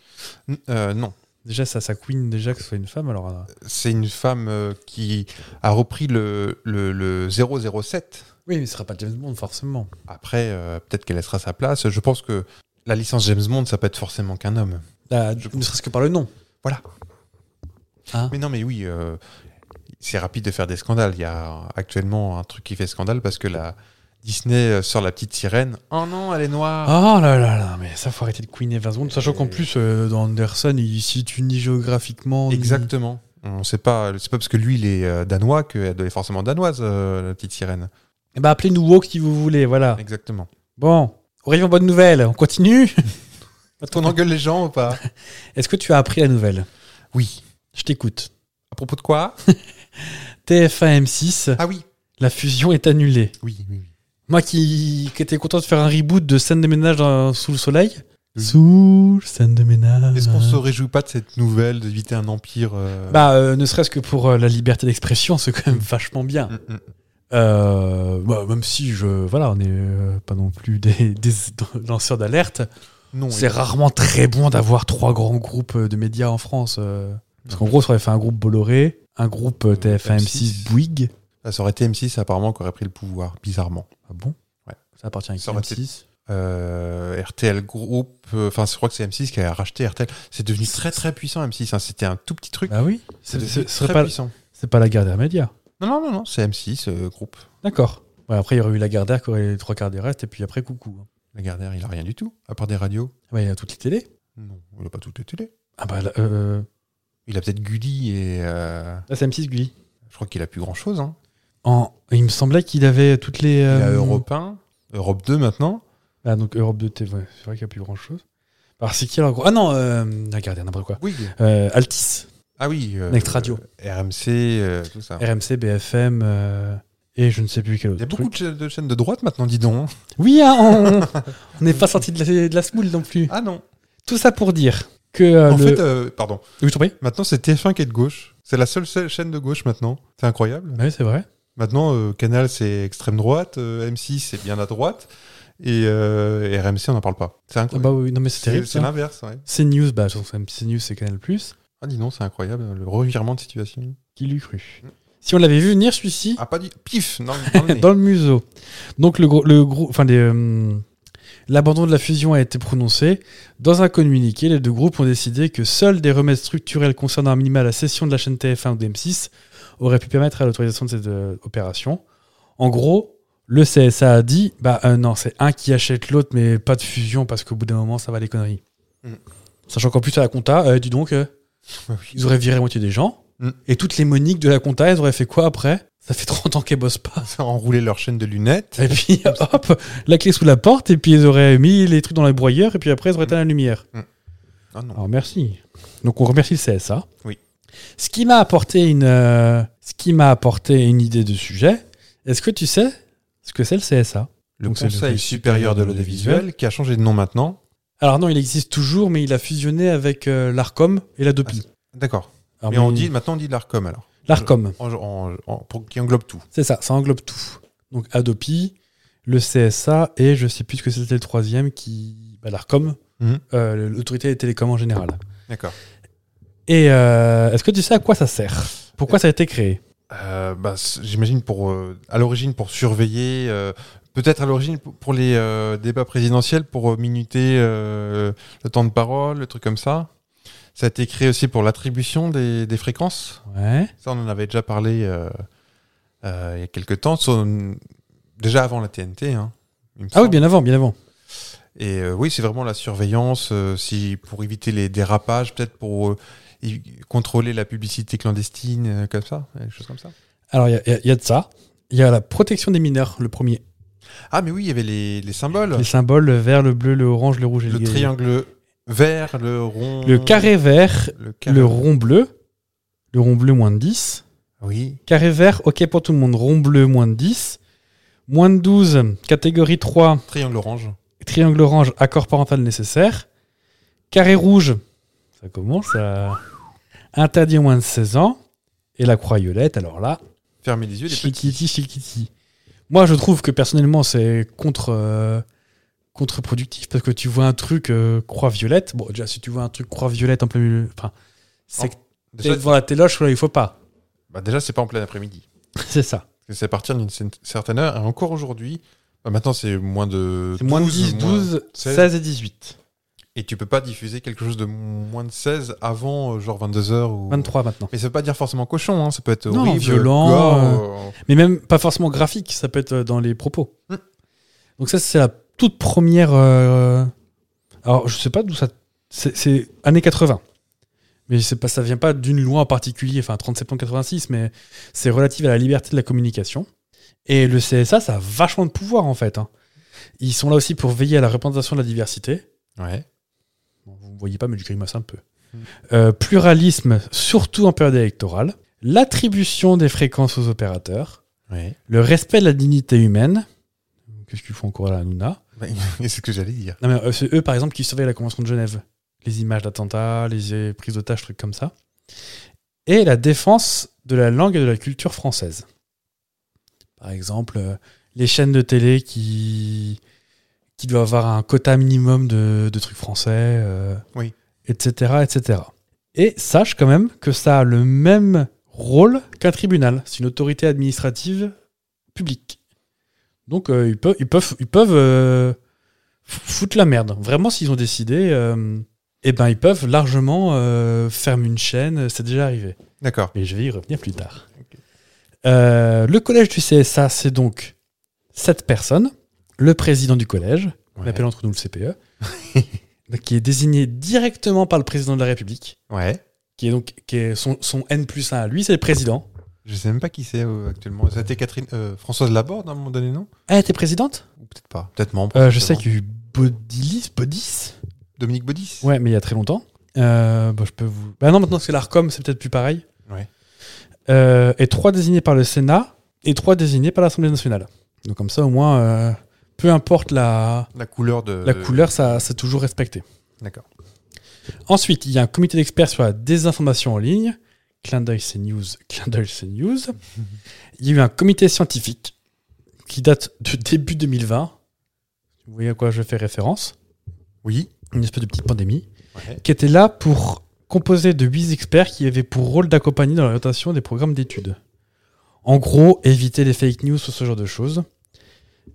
Speaker 1: N- euh, non.
Speaker 5: Déjà ça, ça queen déjà que ce soit une femme. Alors euh,
Speaker 1: C'est une femme euh, qui a repris le, le, le 007.
Speaker 5: oui, mais ce sera pas James Bond forcément.
Speaker 1: Après, euh, peut-être qu'elle laissera sa place. Je pense que la licence James Bond, ça peut être forcément qu'un homme.
Speaker 5: Là,
Speaker 1: Je
Speaker 5: ne serait-ce que par le nom.
Speaker 1: Voilà.
Speaker 5: Hein
Speaker 1: mais non, mais oui, euh, c'est rapide de faire des scandales. Il y a actuellement un truc qui fait scandale parce que la Disney euh, sort la petite sirène. Oh non, elle est noire.
Speaker 5: Oh là là là, mais ça faut arrêter de queener 20 secondes, sachant qu'en plus euh, dans Anderson, il situe ni géographiquement. ni-
Speaker 1: Exactement. On sait pas, c'est pas parce que lui il est euh, danois qu'elle doit être forcément danoise, euh, la petite sirène.
Speaker 5: Eh ben, appelez-nous woke si vous voulez, voilà.
Speaker 1: Exactement.
Speaker 5: Bon, Aurélien, bonne nouvelle, on continue.
Speaker 1: Est-ce qu'on engueule les gens ou pas
Speaker 5: Est-ce que tu as appris la nouvelle
Speaker 1: Oui.
Speaker 5: Je t'écoute.
Speaker 1: À propos de quoi
Speaker 5: TF1 M6,
Speaker 1: Ah oui.
Speaker 5: la fusion est annulée.
Speaker 1: Oui, oui, oui.
Speaker 5: Moi qui, qui étais content de faire un reboot de scène de ménage dans- sous le soleil.
Speaker 1: Oui.
Speaker 5: Sous scène de ménage.
Speaker 1: Mhm. Est-ce qu'on se réjouit pas de cette nouvelle d'éviter un empire euh,
Speaker 5: Euh. Bah, euh, ne serait-ce que pour euh, la liberté d'expression, c'est quand même vachement bien.
Speaker 1: mm, mm.
Speaker 5: Euh, bah, même si je, voilà, on n'est euh, pas non plus des, des lanceurs d'alerte.
Speaker 1: Non.
Speaker 5: C'est rarement très bon d'avoir trois grands groupes de médias en France. euh, parce
Speaker 1: Mhm.
Speaker 5: qu'en gros, ça aurait fait un groupe Bolloré, un groupe euh, TF1 M6
Speaker 1: M6.
Speaker 5: Bouygues.
Speaker 1: Ah, Ça aurait été M6 apparemment qui aurait pris le pouvoir, bizarrement.
Speaker 5: Ah bon
Speaker 1: Ouais.
Speaker 5: Ça appartient à qui,
Speaker 1: Ça aurait été-
Speaker 5: M6
Speaker 1: Euh, RTL Group, euh, enfin je crois que c'est M6 qui a racheté RTL. C'est devenu très très puissant M6, hein. c'était un tout petit truc.
Speaker 5: Bah oui.
Speaker 1: C'est
Speaker 5: C'est
Speaker 1: devenu
Speaker 5: c'est- ce serait
Speaker 1: très
Speaker 5: pas-
Speaker 1: puissant.
Speaker 5: c'est pas la guerre des médias.
Speaker 1: Non, non, non, non, c'est M6 euh, Group.
Speaker 5: D'accord. Ouais, après, il y aurait eu la Gardère qui aurait les trois quarts des restes, et puis après, coucou.
Speaker 1: Lagardère, il a rien du tout, à part des radios.
Speaker 5: Ouais, il y a toutes les télés.
Speaker 1: Non, il a pas toutes les télés.
Speaker 5: Ah bah, là, euh,
Speaker 1: Il a peut-être Gulli et euh,
Speaker 5: là, c'est M6 Gulli.
Speaker 1: je crois qu'il a plus grand chose. Hein.
Speaker 5: En... Il me semblait qu'il avait toutes les.
Speaker 1: Il a
Speaker 5: euh,
Speaker 1: Europe 1, Europe 2 maintenant.
Speaker 5: Ah, donc Europe de TV. ouais, c'est vrai qu'il n'y a plus grand chose. Alors, c'est qui alors gros Ah non, euh, la Gardère, n'importe quoi.
Speaker 1: Oui.
Speaker 5: Euh, Altis,
Speaker 1: Ah oui. euh,
Speaker 5: Next Radio.
Speaker 1: euh, RMC, euh, tout ça.
Speaker 5: RMC, BFM, euh, et je ne sais plus quel
Speaker 1: Il y
Speaker 5: autre.
Speaker 1: a beaucoup
Speaker 5: truc.
Speaker 1: de, cha- de chaînes de droite maintenant, dis donc.
Speaker 5: Oui, hein, on- on n'est pas sorti de la, de la smoule non plus.
Speaker 1: Ah non.
Speaker 5: Tout ça pour dire que. euh,
Speaker 1: en
Speaker 5: le-
Speaker 1: fait, euh, pardon.
Speaker 5: Oui, je t'en prie.
Speaker 1: Maintenant, c'est TF1 qui est de gauche. C'est la seule cha- chaîne de gauche maintenant. C'est incroyable.
Speaker 5: Bah Oui, c'est vrai.
Speaker 1: Maintenant, euh, Canal, c'est extrême droite. euh, M6, c'est bien à droite. Et, euh, et RMC, on n'en parle pas. C'est
Speaker 5: Ah
Speaker 1: incroyable.
Speaker 5: bah oui, non mais c'est terrible.
Speaker 1: C'est
Speaker 5: ça.
Speaker 1: l'inverse, ouais.
Speaker 5: CNews, bah, je trouve que CNews, c'est Canal Plus.
Speaker 1: Ah, dis donc, c'est incroyable, le revirement de situation.
Speaker 5: Qui l'eût cru Si on l'avait vu venir celui-ci,
Speaker 1: Ah, pas du. Pif non, dans le nez.
Speaker 5: dans le museau. Donc le gros, le gros, enfin les, euh, l'abandon de la fusion a été prononcé. Dans un communiqué, les deux groupes ont décidé que seuls des remèdes structurels concernant un minima la cession de la chaîne TF1 ou DM6 auraient pu permettre à l'autorisation de cette euh, opération. En gros, le CSA a dit, bah euh, non, c'est un qui achète l'autre, mais pas de fusion parce qu'au bout d'un moment, ça va les conneries.
Speaker 1: Mm.
Speaker 5: Sachant qu'en plus à la compta, euh, dis donc, euh, ils auraient viré la moitié des gens.
Speaker 1: Mm.
Speaker 5: Et toutes les moniques de la compta, elles auraient fait quoi après Ça fait 30 ans qu'elles bossent pas.
Speaker 1: Ça a enroulé leur chaîne de lunettes.
Speaker 5: Et puis hop, la clé sous la porte, et puis ils auraient mis les trucs dans le broyeur, et puis après ils auraient éteint la lumière.
Speaker 1: Ah non.
Speaker 5: Alors merci. Donc on remercie le CSA.
Speaker 1: Oui.
Speaker 5: Ce qui m'a apporté une, euh, ce qui m'a apporté une idée de sujet. Est-ce que tu sais ce que c'est le CSA
Speaker 1: Le
Speaker 5: Donc, c'est le
Speaker 1: Conseil
Speaker 5: Conseil
Speaker 1: supérieur de
Speaker 5: supérieur de
Speaker 1: l'audiovisuel qui a changé de nom maintenant.
Speaker 5: Alors non, il existe toujours, mais il a fusionné avec euh, l'Arcom et la DOPI.
Speaker 1: D'accord.
Speaker 5: Alors,
Speaker 1: Ah, Mais on dit, maintenant on dit de l'ARCOM alors.
Speaker 5: l'Arcom,
Speaker 1: En- en- en- pour, qui englobe tout.
Speaker 5: c'est ça, ça englobe tout. Donc Adopi, le CSA et je sais plus ce que c'était le troisième qui. Bah, l'ARCOM,
Speaker 1: Mhm.
Speaker 5: euh, l'autorité des télécoms en général.
Speaker 1: D'accord.
Speaker 5: Et euh, est-ce que tu sais à quoi ça sert Pourquoi ça a été créé
Speaker 1: Euh, bah, c- J'imagine pour euh, à l'origine pour surveiller, euh, peut-être à l'origine pour pour les euh, débats présidentiels, pour euh, minuter euh, le temps de parole, le truc comme ça. Ça a été créé aussi pour l'attribution des, des fréquences.
Speaker 5: Ouais.
Speaker 1: Ça, on en avait déjà parlé euh, euh, il y a quelques temps, son- déjà avant la TNT. hein, il me
Speaker 5: Ah oui,
Speaker 1: semble.
Speaker 5: bien avant, bien avant.
Speaker 1: Et euh, oui, c'est vraiment la surveillance, euh, si pour éviter les dérapages, peut-être pour euh, y- contrôler la publicité clandestine, euh, comme ça, des choses comme ça.
Speaker 5: Alors, il y a- il y, a- il y a de ça. Il y a la protection des mineurs, le premier.
Speaker 1: Ah, mais oui, il y avait les, les symboles.
Speaker 5: Les symboles, le vert, le bleu, le orange, le rouge et le,
Speaker 1: Le
Speaker 5: gris.
Speaker 1: triangle vert, le rond.
Speaker 5: Le carré vert,
Speaker 1: Le carré.
Speaker 5: le rond bleu. Le rond bleu, moins de 10.
Speaker 1: Oui.
Speaker 5: Carré vert, ok pour tout le monde. Rond bleu, moins de 10. Moins de 12, catégorie 3,
Speaker 1: Triangle orange.
Speaker 5: triangle orange, accord parental nécessaire. Carré rouge, ça commence à... Interdit aux moins de 16 ans. Et la croix violette, alors là,
Speaker 1: Fermez les yeux. Les petits.
Speaker 5: Chiquiti, chiquiti. Moi, je trouve que personnellement, c'est contre, euh, contre-productif parce que tu vois un truc euh, croix violette. Bon, déjà, si tu vois un truc croix violette en plein milieu. Enfin, c'est que t'es
Speaker 1: Déjà,
Speaker 5: devant la téloche, là, il faut pas.
Speaker 1: bah, déjà, c'est pas en plein après-midi.
Speaker 5: C'est ça.
Speaker 1: Parce que C'est à partir d'une cer- certaine heure. Et encore aujourd'hui, bah, maintenant, c'est moins de.
Speaker 5: C'est moins de
Speaker 1: 12,
Speaker 5: 10, 12,
Speaker 1: 16.
Speaker 5: 16 et 18.
Speaker 1: Et tu peux pas diffuser quelque chose de moins de 16 avant, euh, genre 22h ou.
Speaker 5: 23 maintenant.
Speaker 1: Mais ça veut pas dire forcément cochon, hein. ça peut être
Speaker 5: Non,
Speaker 1: horrible,
Speaker 5: violent,
Speaker 1: gore, euh,
Speaker 5: Mais même pas forcément graphique, ça peut être euh, dans les propos.
Speaker 1: Hmm.
Speaker 5: Donc, ça, c'est la toute première. euh, Alors, je sais pas d'où ça. C'est c'est années 80. Mais c'est pas, ça vient pas d'une loi en particulier, enfin 30 septembre 86, mais c'est relative à la liberté de la communication. Et le CSA, ça a vachement de pouvoir en fait. hein. Ils sont là aussi pour veiller à la représentation de la diversité.
Speaker 1: Ouais.
Speaker 5: Bon, vous ne voyez pas, mais je grimace un peu.
Speaker 1: Mm.
Speaker 5: Euh, pluralisme, surtout en période électorale. L'attribution des fréquences aux opérateurs.
Speaker 1: Ouais.
Speaker 5: Le respect de la dignité humaine. Qu'est-ce qu'ils font encore là, Nouna
Speaker 1: c'est ce que j'allais dire.
Speaker 5: Non, mais euh, c'est eux, par exemple, qui surveillent la Convention de Genève. Les images d'attentats, les euh, prises d'otages, trucs comme ça. Et la défense de la langue et de la culture française. Par exemple, euh, les chaînes de télé qui, qui doivent avoir un quota minimum de, de trucs français, euh,
Speaker 1: Oui.
Speaker 5: etc., etc. Et sache quand même que ça a le même rôle qu'un tribunal. C'est une autorité administrative publique. Donc, euh, ils peuvent, ils peuvent, ils peuvent euh, f- foutre la merde. Vraiment, s'ils ont décidé, euh, eh ben, ils peuvent largement euh, fermer une chaîne. C'est déjà arrivé.
Speaker 1: D'accord.
Speaker 5: Mais je vais y revenir plus tard. Euh, le collège du CSA, c'est donc sept personnes. Le président du collège, on
Speaker 1: Ouais.
Speaker 5: appelle entre nous le CPE, donc qui est désigné directement par le président de la République,
Speaker 1: Ouais.
Speaker 5: qui est donc qui est son, son N plus 1 à lui, c'est le président.
Speaker 1: Je sais même pas qui c'est euh, actuellement. C'était Catherine, euh, Françoise Laborde à un moment donné, non
Speaker 5: Elle était présidente
Speaker 1: Ou peut-être pas. Peut-être membre.
Speaker 5: Euh, Je sais
Speaker 1: justement.
Speaker 5: qu'il y a eu Bodilis, Bodis
Speaker 1: Dominique Baudis.
Speaker 5: Ouais, mais il y a très longtemps. Euh, bah, je peux vous. Bah non, maintenant que c'est l'ARCOM, c'est peut-être plus pareil.
Speaker 1: Ouais.
Speaker 5: Euh, et trois désignés par le Sénat et trois désignés par l'Assemblée nationale. Donc comme ça, au moins, euh, peu importe la,
Speaker 1: La couleur de.
Speaker 5: la couleur, ça c'est toujours respecté.
Speaker 1: D'accord.
Speaker 5: Ensuite, il y a un comité d'experts sur la désinformation en ligne. Clin d'œil, c'est news. Clin d'œil, c'est news. Il y a eu un comité scientifique qui date de début 2020. Vous voyez à quoi je fais référence
Speaker 1: Oui.
Speaker 5: Une espèce de petite pandémie
Speaker 1: Ouais.
Speaker 5: qui était là pour composer de huit experts qui avaient pour rôle d'accompagner dans l'orientation des programmes d'études. En gros, éviter les fake news ou ce genre de choses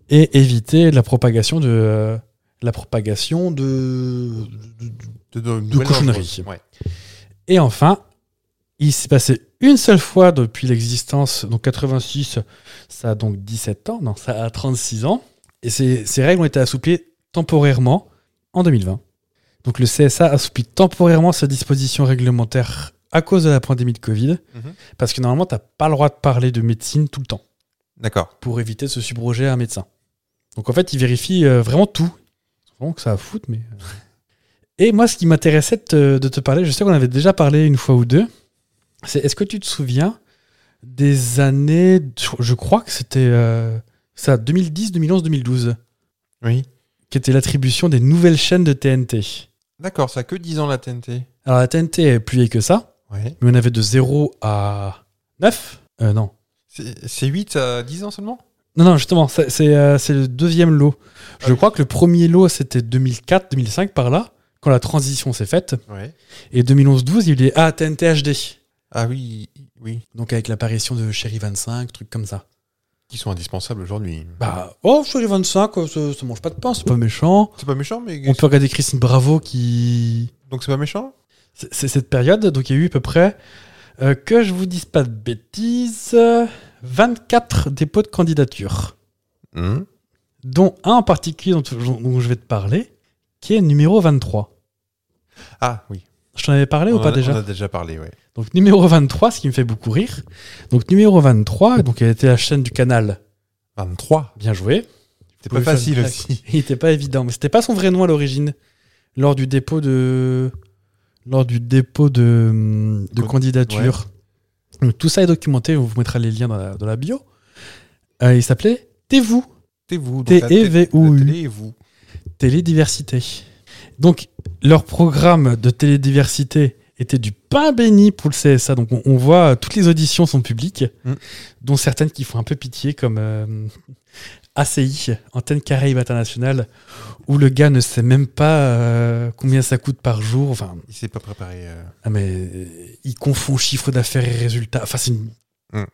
Speaker 5: et éviter la propagation de euh, la propagation de
Speaker 1: De, de, nouvelles
Speaker 5: cochonnerie.
Speaker 1: dangereuses. Ouais.
Speaker 5: et enfin, il s'est passé une seule fois depuis l'existence, donc 86, ça a donc 17 ans, non, ça a 36 ans. Et ces, ces règles ont été assouplies temporairement en 2020. Donc le CSA assouplit temporairement sa disposition réglementaire à cause de la pandémie de Covid,
Speaker 1: Mhm.
Speaker 5: parce que normalement, tu n'as pas le droit de parler de médecine tout le temps
Speaker 1: D'accord.
Speaker 5: pour éviter de se subroger à un médecin. Donc en fait, ils vérifient euh, vraiment tout. C'est vraiment que ça a foutre, mais. euh. Et moi, ce qui m'intéressait de te, de te parler, je sais qu'on avait déjà parlé une fois ou deux, c'est est-ce que tu te souviens des années. Je crois que c'était euh, ça, 2010, 2011, 2012,
Speaker 1: Oui.
Speaker 5: qui était l'attribution des nouvelles chaînes de TNT.
Speaker 1: D'accord, ça a que 10 ans la TNT.
Speaker 5: Alors la TNT est plus vieille que ça,
Speaker 1: Ouais.
Speaker 5: mais on avait de 0 à 9 Euh, Non.
Speaker 1: C'est c'est 8 à 10 ans seulement
Speaker 5: Non, non, justement, c'est c'est, euh, c'est le deuxième lot. Je crois que le premier lot, c'était 2004, 2005, par là, quand la transition s'est faite.
Speaker 1: Ouais.
Speaker 5: Et 2011-12, il est à TNT HD.
Speaker 1: Ah oui, oui.
Speaker 5: Donc avec l'apparition de Sherry 25, truc comme ça.
Speaker 1: Qui sont indispensables aujourd'hui.
Speaker 5: Bah, oh, Sherry 25, euh, ça, ça mange pas de pain, c'est pas méchant.
Speaker 1: C'est pas méchant, mais.
Speaker 5: On peut regarder Christine Bravo qui.
Speaker 1: Donc c'est pas méchant
Speaker 5: C'est c'est cette période, donc il y a eu à peu près, euh, que je vous dise pas de bêtises, euh, 24 dépôts de candidature.
Speaker 1: Hum.
Speaker 5: Dont un en particulier dont, dont je vais te parler, qui est numéro 23.
Speaker 1: Ah oui.
Speaker 5: Je t'en avais parlé
Speaker 1: on
Speaker 5: ou pas
Speaker 1: en a,
Speaker 5: déjà
Speaker 1: On a déjà parlé, ouais.
Speaker 5: Donc numéro 23, ce qui me fait beaucoup rire. Donc numéro 23, donc elle était la chaîne du canal.
Speaker 1: 23.
Speaker 5: Bien joué.
Speaker 1: C'est pas facile aussi.
Speaker 5: Il était pas évident, mais c'était pas son vrai nom à l'origine. Lors du dépôt de lors du dépôt de, de
Speaker 1: Con-
Speaker 5: candidature. Donc, tout ça est documenté, on vous mettra les liens dans la, dans la bio. Euh, il s'appelait Tévou,
Speaker 1: T'es vous.
Speaker 5: T'es et vous.
Speaker 1: T'es vous.
Speaker 5: Télédiversité. Donc leur programme de télédiversité était du pain béni pour le CSA. Donc on, on voit euh, toutes les auditions sont publiques,
Speaker 1: Mm.
Speaker 5: dont certaines qui font un peu pitié comme euh, ACI, Antenne Caraïbe Internationale, où le gars ne sait même pas euh, combien ça coûte par jour. Enfin,
Speaker 1: Il s'est pas préparé. euh,
Speaker 5: ah, mais euh, il confond chiffre d'affaires et résultats. Enfin, c'est une,
Speaker 1: Mm.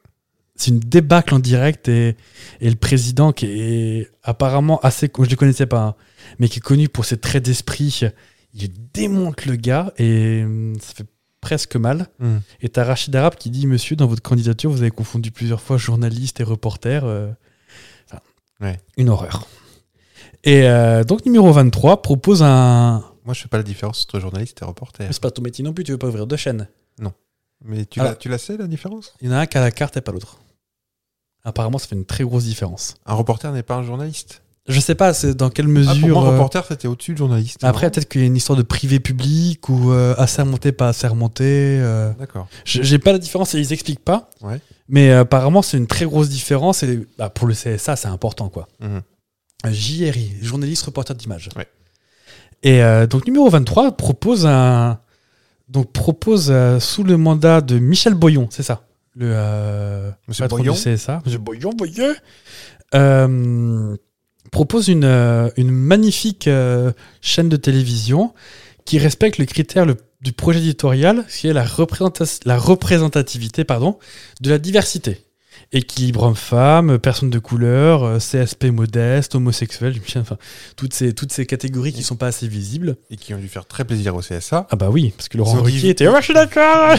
Speaker 5: c'est une débacle en direct. Et, et le président, qui est apparemment assez. Je ne le connaissais pas, hein, mais qui est connu pour ses traits d'esprit, il démonte le gars et hum, ça fait presque mal.
Speaker 1: Mm.
Speaker 5: Et t'as Rachid Arab qui dit Monsieur, dans votre candidature, vous avez confondu plusieurs fois journaliste et reporter. euh, enfin,
Speaker 1: Ouais.
Speaker 5: Une horreur. Et euh, donc, numéro 23 propose un.
Speaker 1: Moi, je fais pas la différence entre journaliste et reporter.
Speaker 5: Mais c'est pas ton métier non plus, tu veux pas ouvrir deux chaînes.
Speaker 1: Mais tu,
Speaker 5: Ah.
Speaker 1: la, tu la sais, la différence
Speaker 5: Il y en a un qui a la carte et pas l'autre. Apparemment, ça fait une très grosse différence.
Speaker 1: Un reporter n'est pas un journaliste.
Speaker 5: Je sais pas c'est dans quelle
Speaker 1: Ah,
Speaker 5: mesure.
Speaker 1: pour moi,
Speaker 5: euh,
Speaker 1: reporter, c'était au-dessus de journaliste.
Speaker 5: après, peut-être qu'il y a une histoire de privé-public ou euh, assermenté, pas assermenté. euh.
Speaker 1: D'accord.
Speaker 5: J- J'ai pas la différence et ils expliquent pas.
Speaker 1: Ouais.
Speaker 5: Mais euh, apparemment, c'est une très grosse différence et bah, pour le CSA, c'est important quoi. Euh,
Speaker 1: Mhm.
Speaker 5: JRI, journaliste reporter d'image.
Speaker 1: Ouais.
Speaker 5: Et euh, donc numéro 23 propose un donc propose euh, sous le mandat de Michel Boyon, c'est ça. Le euh,
Speaker 1: Monsieur
Speaker 5: patron
Speaker 1: Boyon.
Speaker 5: du CSA, Monsieur Boyon, Boyon, euh, propose une, euh, une magnifique euh, chaîne de télévision qui respecte le critère le- du projet éditorial, qui est la, représenta- la représentativité pardon, de la diversité. Équilibre homme-femme, personnes de couleur, euh, CSP modeste, homosexuel, je me souviens, enfin, toutes ces, toutes ces catégories qui sont pas assez visibles.
Speaker 1: Et qui ont dû faire très plaisir au CSA.
Speaker 5: Ah bah oui, parce que
Speaker 1: Ils
Speaker 5: Laurent
Speaker 1: ont dit-
Speaker 5: Ruquier était... Ouais, je suis d'accord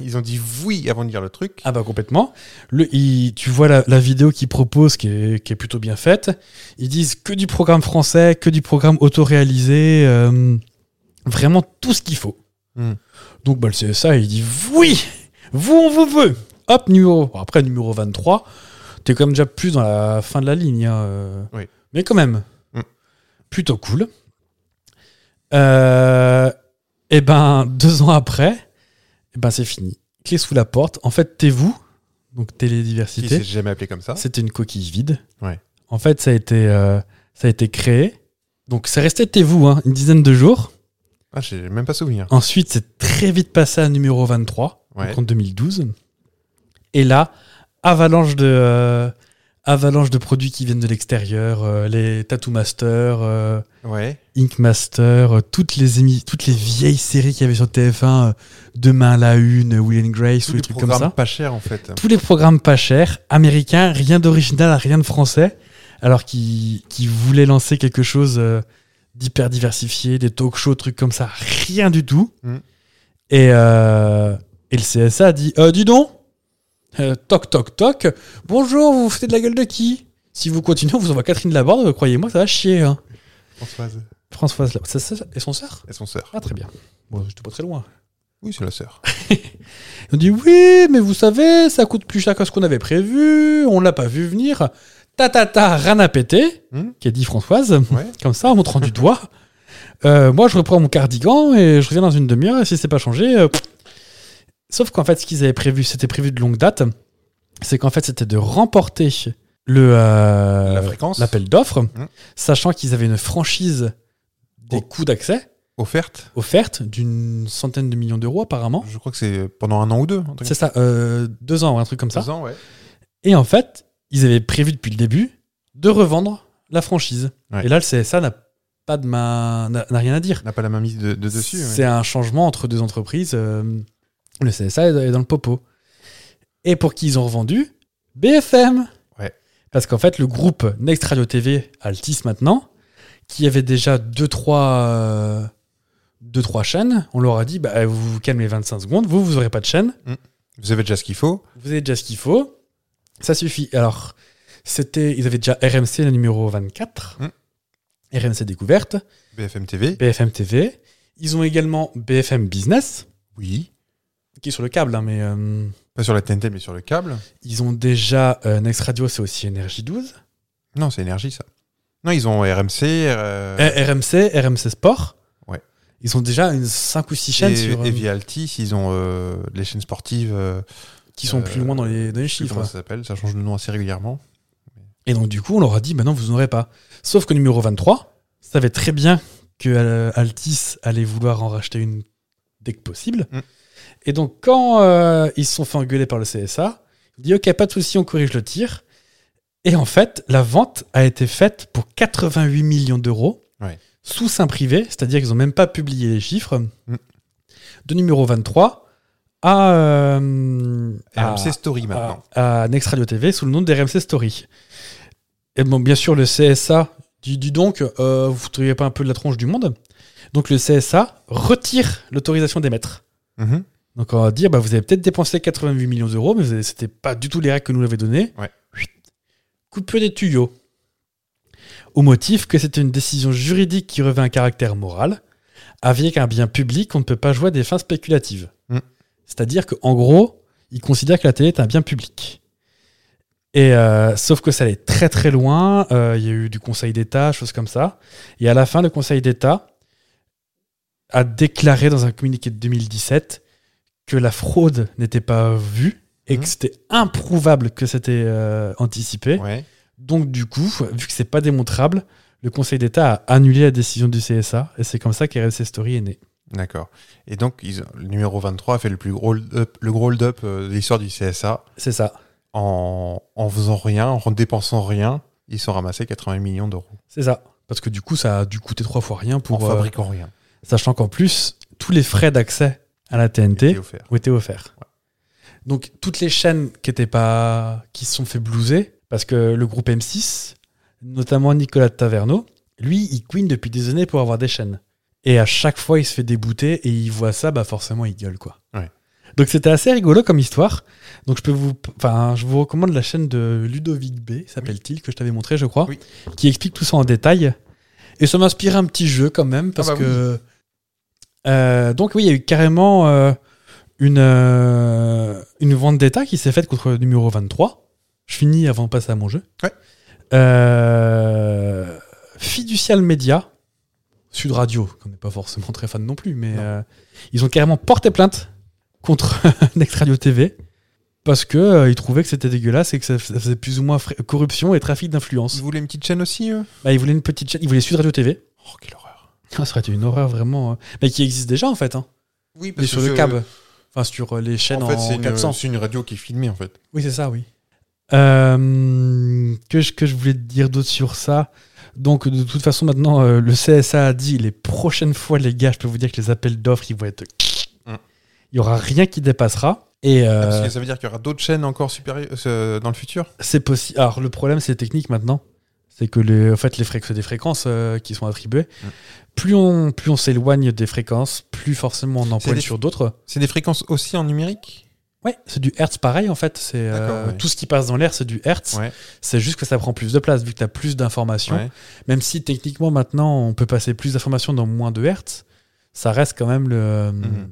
Speaker 1: Ils ont dit oui avant de dire le truc.
Speaker 5: Ah bah complètement. Le, il- tu vois la, la vidéo qu'ils proposent qui est, qui est plutôt bien faite. Ils disent que du programme français, que du programme autoréalisé, euh, vraiment tout ce qu'il faut.
Speaker 1: Hmm.
Speaker 5: Donc bah, le CSA, il dit oui, vous on vous veut. Hop, numéro. bon, après numéro 23, t'es quand même déjà plus dans la fin de la ligne. hein, euh.
Speaker 1: Oui.
Speaker 5: Mais quand même,
Speaker 1: Hmm.
Speaker 5: plutôt cool. Euh, et ben deux ans après, eh ben c'est fini. Clé sous la porte. En fait, t'es vous, donc
Speaker 1: Qui
Speaker 5: télédiversité.
Speaker 1: s'est jamais appelé comme ça.
Speaker 5: C'était une coquille vide.
Speaker 1: Ouais.
Speaker 5: En fait, ça a été, euh, ça a été créé. Donc, c'est resté T'es vous, hein, une dizaine de jours.
Speaker 1: Ah, j'ai même pas souvenir.
Speaker 5: Ensuite, c'est très vite passé à numéro 23, donc
Speaker 1: Ouais.
Speaker 5: en 2012. Et là, avalanche de, euh, avalanche de produits qui viennent de l'extérieur, euh, les Tattoo Master, euh,
Speaker 1: Ouais.
Speaker 5: Ink Master, euh, toutes les, émi- toutes les vieilles séries qu'il y avait sur TF1, euh, Demain à la Une, Will and Grace,
Speaker 1: Tous
Speaker 5: ou
Speaker 1: les
Speaker 5: des trucs comme
Speaker 1: programmes
Speaker 5: ça
Speaker 1: pas chers, en fait.
Speaker 5: tous les programmes pas chers, américains, rien d'original, rien de français, alors qu'ils qu'ils voulaient lancer quelque chose euh, d'hyper diversifié, des talk shows, trucs comme ça, rien du tout.
Speaker 1: Mm.
Speaker 5: Et, euh, et le CSA a dit Euh, Dis donc, euh, toc toc toc, bonjour, vous vous foutez de la gueule de qui Si vous continuez, on vous envoie Catherine Laborde, euh, croyez-moi, ça va chier. Hein.
Speaker 1: Françoise
Speaker 5: Françoise Laborde, c'est sa sœur- et son sœur
Speaker 1: et son sœur.
Speaker 5: Ah, très bien. Bon, j'étais pas très loin.
Speaker 1: Oui, c'est la sœur.
Speaker 5: Ils ont dit oui, mais vous savez, ça coûte plus cher que ce qu'on avait prévu, on l'a pas vu venir. Ta ta ta, rien à péter,
Speaker 1: Hmm.
Speaker 5: qui a dit Françoise,
Speaker 1: Ouais.
Speaker 5: comme ça, en montrant du doigt. Euh, moi, je reprends mon cardigan et je reviens dans une demi-heure, et si c'est pas changé. euh, pff. Sauf qu'en fait, ce qu'ils avaient prévu, c'était prévu de longue date, c'est qu'en fait, c'était de remporter le, euh,
Speaker 1: La fréquence.
Speaker 5: l'appel d'offres,
Speaker 1: Hmm.
Speaker 5: sachant qu'ils avaient une franchise des
Speaker 1: Oh.
Speaker 5: coûts d'accès
Speaker 1: Offerte.
Speaker 5: offerte d'une centaine de millions d'euros apparemment.
Speaker 1: Je crois que c'est pendant un an ou deux. un truc
Speaker 5: C'est ça, euh, deux ans ou un truc comme
Speaker 1: comme
Speaker 5: ça.
Speaker 1: ça. Deux ans, ouais.
Speaker 5: Et en fait, ils avaient prévu depuis le début de revendre la franchise.
Speaker 1: Ouais.
Speaker 5: Et là, le CSA n'a pas de main, n'a n'a rien à dire.
Speaker 1: n'a pas la main mise de, de dessus. ouais.
Speaker 5: C'est un changement entre deux entreprises. euh, le CSA est dans- est dans le popo. Et pour qui ils ont revendu BFM
Speaker 1: Ouais.
Speaker 5: Parce qu'en fait, le groupe Next Radio TV Altis maintenant, qui avait déjà 2-3 deux, trois chaînes, on leur a dit bah, vous vous calmez 25 secondes, vous, vous n'aurez pas de chaîne,
Speaker 1: Vous avez déjà ce qu'il faut.
Speaker 5: vous avez déjà ce qu'il faut, ça suffit. Alors, c'était, ils avaient déjà RMC, le numéro 24,
Speaker 1: Mm.
Speaker 5: RMC Découverte,
Speaker 1: BFM TV.
Speaker 5: BFM TV. Ils ont également BFM Business,
Speaker 1: Oui.
Speaker 5: qui est sur le câble, hein, mais euh,
Speaker 1: Pas sur la TNT, mais sur le câble.
Speaker 5: ils ont déjà euh, Next Radio, c'est aussi Energy 12.
Speaker 1: Non, c'est énergie, ça. Non, ils ont RMC. euh,
Speaker 5: Eh, RMC, RMC Sport.
Speaker 1: Ouais.
Speaker 5: Ils ont déjà une 5 ou 6 chaînes
Speaker 1: et,
Speaker 5: sur, euh,
Speaker 1: et via Altis, ils ont euh, les chaînes sportives. euh,
Speaker 5: qui sont plus
Speaker 1: euh,
Speaker 5: loin dans les, dans les
Speaker 1: je sais plus
Speaker 5: chiffres.
Speaker 1: Comment ça s'appelle Ça change de nom assez régulièrement.
Speaker 5: Et donc, du coup, on leur a dit, maintenant, vous n'aurez pas. Sauf que numéro 23 savait très bien que euh, Altis allait vouloir en racheter une dès que possible.
Speaker 1: Mm.
Speaker 5: Et donc, quand euh, ils se sont fait engueuler par le CSA, ils ont dit, OK, pas de souci, on corrige le tir. Et en fait, la vente a été faite pour 88 millions d'euros
Speaker 1: Ouais.
Speaker 5: sous sein privé, c'est-à-dire qu'ils n'ont même pas publié les chiffres,
Speaker 1: Mm.
Speaker 5: de numéro 23 à, euh, à-
Speaker 1: RMC Story maintenant.
Speaker 5: à, à Next Radio TV sous le nom d'RMC Story. Et bon, bien sûr, le CSA dit, dis donc, euh, vous ne trouvez pas un peu de la tronche du monde Donc le CSA retire l'autorisation d'émettre.
Speaker 1: Mhm.
Speaker 5: Donc on va dire, bah, vous avez peut-être dépensé 88 millions d'euros, mais vous avez- c'était pas du tout les règles que nous l'avait donné.
Speaker 1: Ouais.
Speaker 5: Coupure des tuyaux. Au motif que c'était une décision juridique qui revêt un caractère moral, avec un bien public, on ne peut pas jouer à des fins spéculatives.
Speaker 1: Mm.
Speaker 5: C'est-à-dire qu'en gros, ils considèrent que la télé est un bien public. Et euh, sauf que ça allait très très loin, euh, il y a eu du Conseil d'État, choses comme ça. Et à la fin, le Conseil d'État a déclaré dans un communiqué de 2017 que la fraude n'était pas vue et
Speaker 1: Mhm.
Speaker 5: que c'était improuvable que c'était euh, anticipé.
Speaker 1: Ouais.
Speaker 5: Donc du coup, vu que c'est pas démontrable, le Conseil d'État a annulé la décision du CSA et c'est comme ça qu'RMC Story est né.
Speaker 1: D'accord. Et donc, ils, ont- le numéro 23 a fait le plus gros hold-up le gros hold-up, euh, de l'histoire du CSA.
Speaker 5: C'est ça,
Speaker 1: En, en faisant rien, en dépensant rien, ils sont ramassés 80 millions d'euros.
Speaker 5: c'est ça. Parce que du coup, ça a dû coûter trois fois rien
Speaker 1: En
Speaker 5: pour euh,
Speaker 1: fabriquant rien.
Speaker 5: sachant qu'en plus tous les frais d'accès à la
Speaker 1: C'était
Speaker 5: TNT
Speaker 1: offert.
Speaker 5: ont été offerts. Donc toutes les chaînes qui étaient pas qui se sont fait blouser parce que le groupe M6, notamment Nicolas de Taverneau, lui, il queen depuis des années pour avoir des chaînes. Et à chaque fois, il se fait débouter et il voit ça, bah forcément, il gueule quoi.
Speaker 1: Ouais.
Speaker 5: Donc c'était assez rigolo comme histoire. Donc je peux vous, enfin, je vous recommande la chaîne de Ludovic B, s'appelle-t-il, que je t'avais montré, je crois,
Speaker 1: Oui.
Speaker 5: qui explique tout ça en détail. Et ça m'inspire un petit jeu quand même parce
Speaker 1: bah oui.
Speaker 5: que. Euh, donc oui, il y a eu carrément euh, une, euh, une vente d'État qui s'est faite contre le numéro 23. Je finis avant de passer à mon jeu.
Speaker 1: Ouais.
Speaker 5: Euh, Fiducial Media, Sud Radio, qu'on n'est pas forcément très fan non plus, mais euh, ils ont carrément porté plainte contre Next Radio TV parce que euh, ils trouvaient que c'était dégueulasse et que ça, ça faisait plus ou moins fra- corruption et trafic
Speaker 1: Ils
Speaker 5: d'influence.
Speaker 1: voulaient une petite chaîne aussi, eux
Speaker 5: Bah, ils voulaient une petite chaîne, ils voulaient Sud Radio TV.
Speaker 1: Oh, quelle horreur.
Speaker 5: Ah, ça aurait été une horreur vraiment. euh, Mais qui existe déjà en fait, hein.
Speaker 1: Oui,
Speaker 5: Mais sur le
Speaker 1: c'est-
Speaker 5: câble. Enfin, sur euh, les chaînes en,
Speaker 1: En fait, c'est une,
Speaker 5: 400.
Speaker 1: c'est une radio qui est filmée, en fait.
Speaker 5: Oui, c'est ça, oui. Euh, que, je, que je voulais te dire d'autre sur ça Donc, de toute façon, maintenant, euh, le CSA a dit les prochaines fois, les gars, je peux vous dire que les appels d'offres, ils vont être.
Speaker 1: Hum.
Speaker 5: Il y aura rien qui dépassera. Et euh,
Speaker 1: Ah, parce que ça veut dire qu'il y aura d'autres chaînes encore supérieures euh, dans le futur
Speaker 5: c'est possible. Alors, le problème, c'est technique maintenant. C'est que les, en fait, les fréquences, des fréquences euh, qui sont attribuées,
Speaker 1: Hum.
Speaker 5: plus on, plus on s'éloigne des fréquences, plus forcément on en
Speaker 1: C'est
Speaker 5: pointe
Speaker 1: des-
Speaker 5: sur d'autres.
Speaker 1: C'est des fréquences aussi en numérique
Speaker 5: Ouais, c'est du Hertz pareil en fait. C'est euh,
Speaker 1: D'accord, ouais.
Speaker 5: tout ce qui passe dans l'air, c'est du Hertz.
Speaker 1: Ouais.
Speaker 5: C'est juste que ça prend plus de place vu que tu as plus d'informations.
Speaker 1: Ouais.
Speaker 5: Même si techniquement maintenant on peut passer plus d'informations dans moins de Hertz, ça reste quand même le,
Speaker 1: Mhm.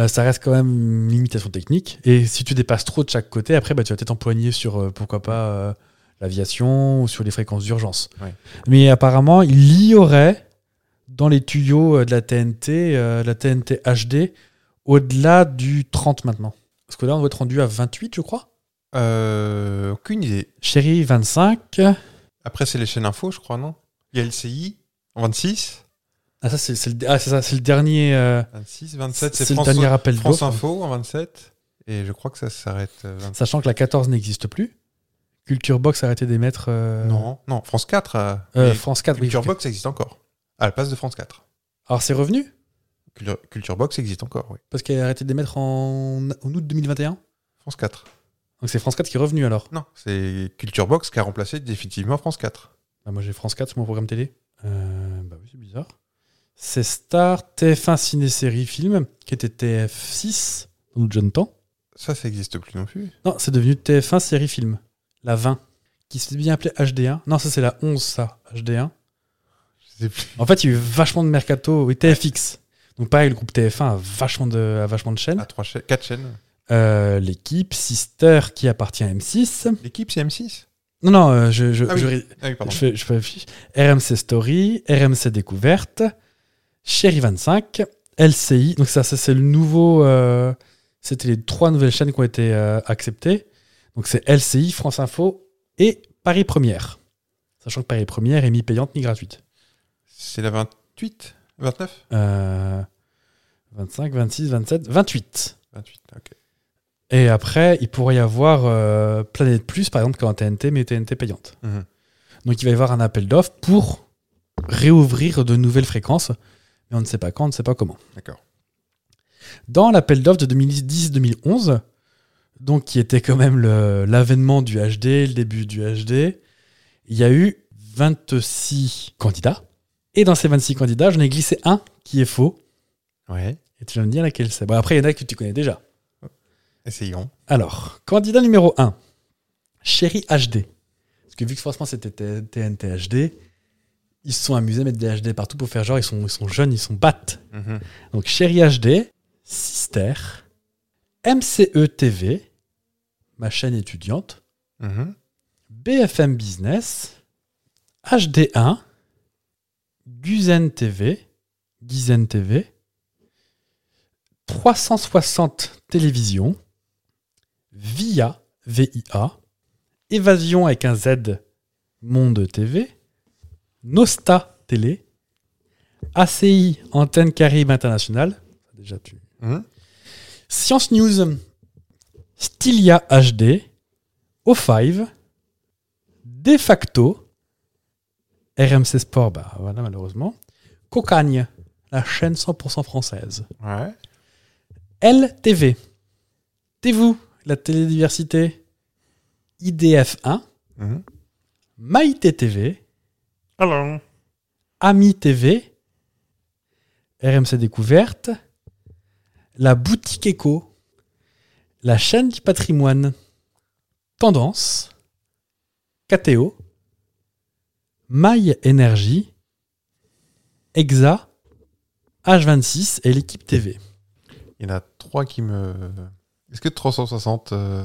Speaker 5: euh, ça reste quand même une limitation technique. Et si tu dépasses trop de chaque côté, après bah, tu vas peut-être empoigner sur euh, pourquoi pas euh, l'aviation ou sur les fréquences d'urgence.
Speaker 1: Ouais.
Speaker 5: Mais apparemment il y aurait dans les tuyaux euh, de la TNT, euh, de la TNT HD, au-delà du 30 maintenant. Parce que là, on doit être rendu à 28, je crois.
Speaker 1: Euh, Aucune idée.
Speaker 5: Chérie, 25.
Speaker 1: Après, c'est les chaînes info, je crois, non Il y a LCI, 26,
Speaker 5: Ah, ça, c'est c'est le, ah, c'est ça, c'est le dernier. euh,
Speaker 1: 26, 27,
Speaker 5: c'est
Speaker 1: c'est
Speaker 5: le
Speaker 1: France,
Speaker 5: dernier hein. appel
Speaker 1: France
Speaker 5: d'offres.
Speaker 1: Info en 27. Et je crois que ça s'arrête euh, 27.
Speaker 5: Sachant que la 14 n'existe plus, Culture Box a arrêté d'émettre. euh,
Speaker 1: Non, non, France 4. euh,
Speaker 5: euh,
Speaker 1: mais
Speaker 5: France 4, oui.
Speaker 1: Culture Box existe encore. À la place de France 4.
Speaker 5: Alors c'est revenu
Speaker 1: Culture, Culture Box existe encore, oui.
Speaker 5: Parce qu'elle a arrêté d'émettre en, en août 2021.
Speaker 1: France 4.
Speaker 5: Donc c'est France 4 qui est revenu alors.
Speaker 1: Non, c'est Culture Box qui a remplacé définitivement France 4.
Speaker 5: Bah, moi j'ai France 4 sur mon programme télé. Euh, bah oui, c'est bizarre. C'est Star, TF1 Ciné-Série Film, qui était TF6 dans le jeune temps.
Speaker 1: Ça, ça existe plus non plus.
Speaker 5: Non, c'est devenu TF1 Série Film, la 20, qui s'est bien appelée HD1. Non, ça c'est la 11, ça, HD1.
Speaker 1: Je sais plus.
Speaker 5: En fait, il y a eu vachement de mercato et TFX. Donc pareil, le groupe TF1 a vachement de, a vachement de chaînes.
Speaker 1: À trois cha- quatre chaînes.
Speaker 5: Euh, L'équipe, Sister, qui appartient à M6.
Speaker 1: L'équipe, c'est M6
Speaker 5: Non, non, euh, je, je,
Speaker 1: Ah oui.
Speaker 5: je ré-
Speaker 1: Ah oui, pardon.
Speaker 5: Je fais, je fais fiche. RMC Story, RMC Découverte, Chéri 25, LCI. Donc ça, ça, c'est le nouveau. euh, C'était les trois nouvelles chaînes qui ont été euh, acceptées. Donc c'est LCI, France Info et Paris Première. Sachant que Paris Première est mi-payante ni gratuite.
Speaker 1: C'est la 28 29
Speaker 5: Euh, 25, 26, 27, 28.
Speaker 1: 28, ok.
Speaker 5: Et après, il pourrait y avoir euh, Planète Plus, par exemple, qui est en TNT, mais TNT payante.
Speaker 1: Mhm.
Speaker 5: Donc il va y avoir un appel d'offres pour réouvrir de nouvelles fréquences, mais on ne sait pas quand, on ne sait pas comment.
Speaker 1: D'accord.
Speaker 5: Dans l'appel d'offres de 2010-2011, donc qui était quand même le- l'avènement du HD, le début du HD, il y a eu 26 candidats. Et dans ces 26 candidats, j'en ai glissé un qui est faux.
Speaker 1: Ouais.
Speaker 5: Et tu vas me dire laquelle c'est. Bon, après, il y en a que tu connais déjà.
Speaker 1: Essayons.
Speaker 5: Alors, candidat numéro 1, Chéri HD. Parce que vu que forcément c'était T- TNT HD, ils se sont amusés à mettre des HD partout pour faire genre ils sont, ils sont jeunes, ils sont battes.
Speaker 1: Mhm.
Speaker 5: Donc Chéri HD, Sister, MCE TV, ma chaîne étudiante,
Speaker 1: Mhm.
Speaker 5: BFM Business, HD1, Guzen TV, Guizen TV, 360 Télévision, VIA, VIA, Évasion avec un Z, Monde TV, Nosta Télé, ACI, Antenne Caribe Internationale, déjà tu-
Speaker 1: Mhm.
Speaker 5: Science News, Stylia HD, O5, De facto, RMC Sport, bah voilà malheureusement, Cocagne, la chaîne 100% française,
Speaker 1: Ouais.
Speaker 5: LTV, TV, la télédiversité, IDF1,
Speaker 1: Mhm.
Speaker 5: Maïté TV, Ami TV, RMC Découverte, la boutique éco, la chaîne du patrimoine, Tendance, KTO, Maille Énergie, Exa, H26 et l'équipe TV.
Speaker 1: Il y en a trois qui me. Est-ce que 360. euh,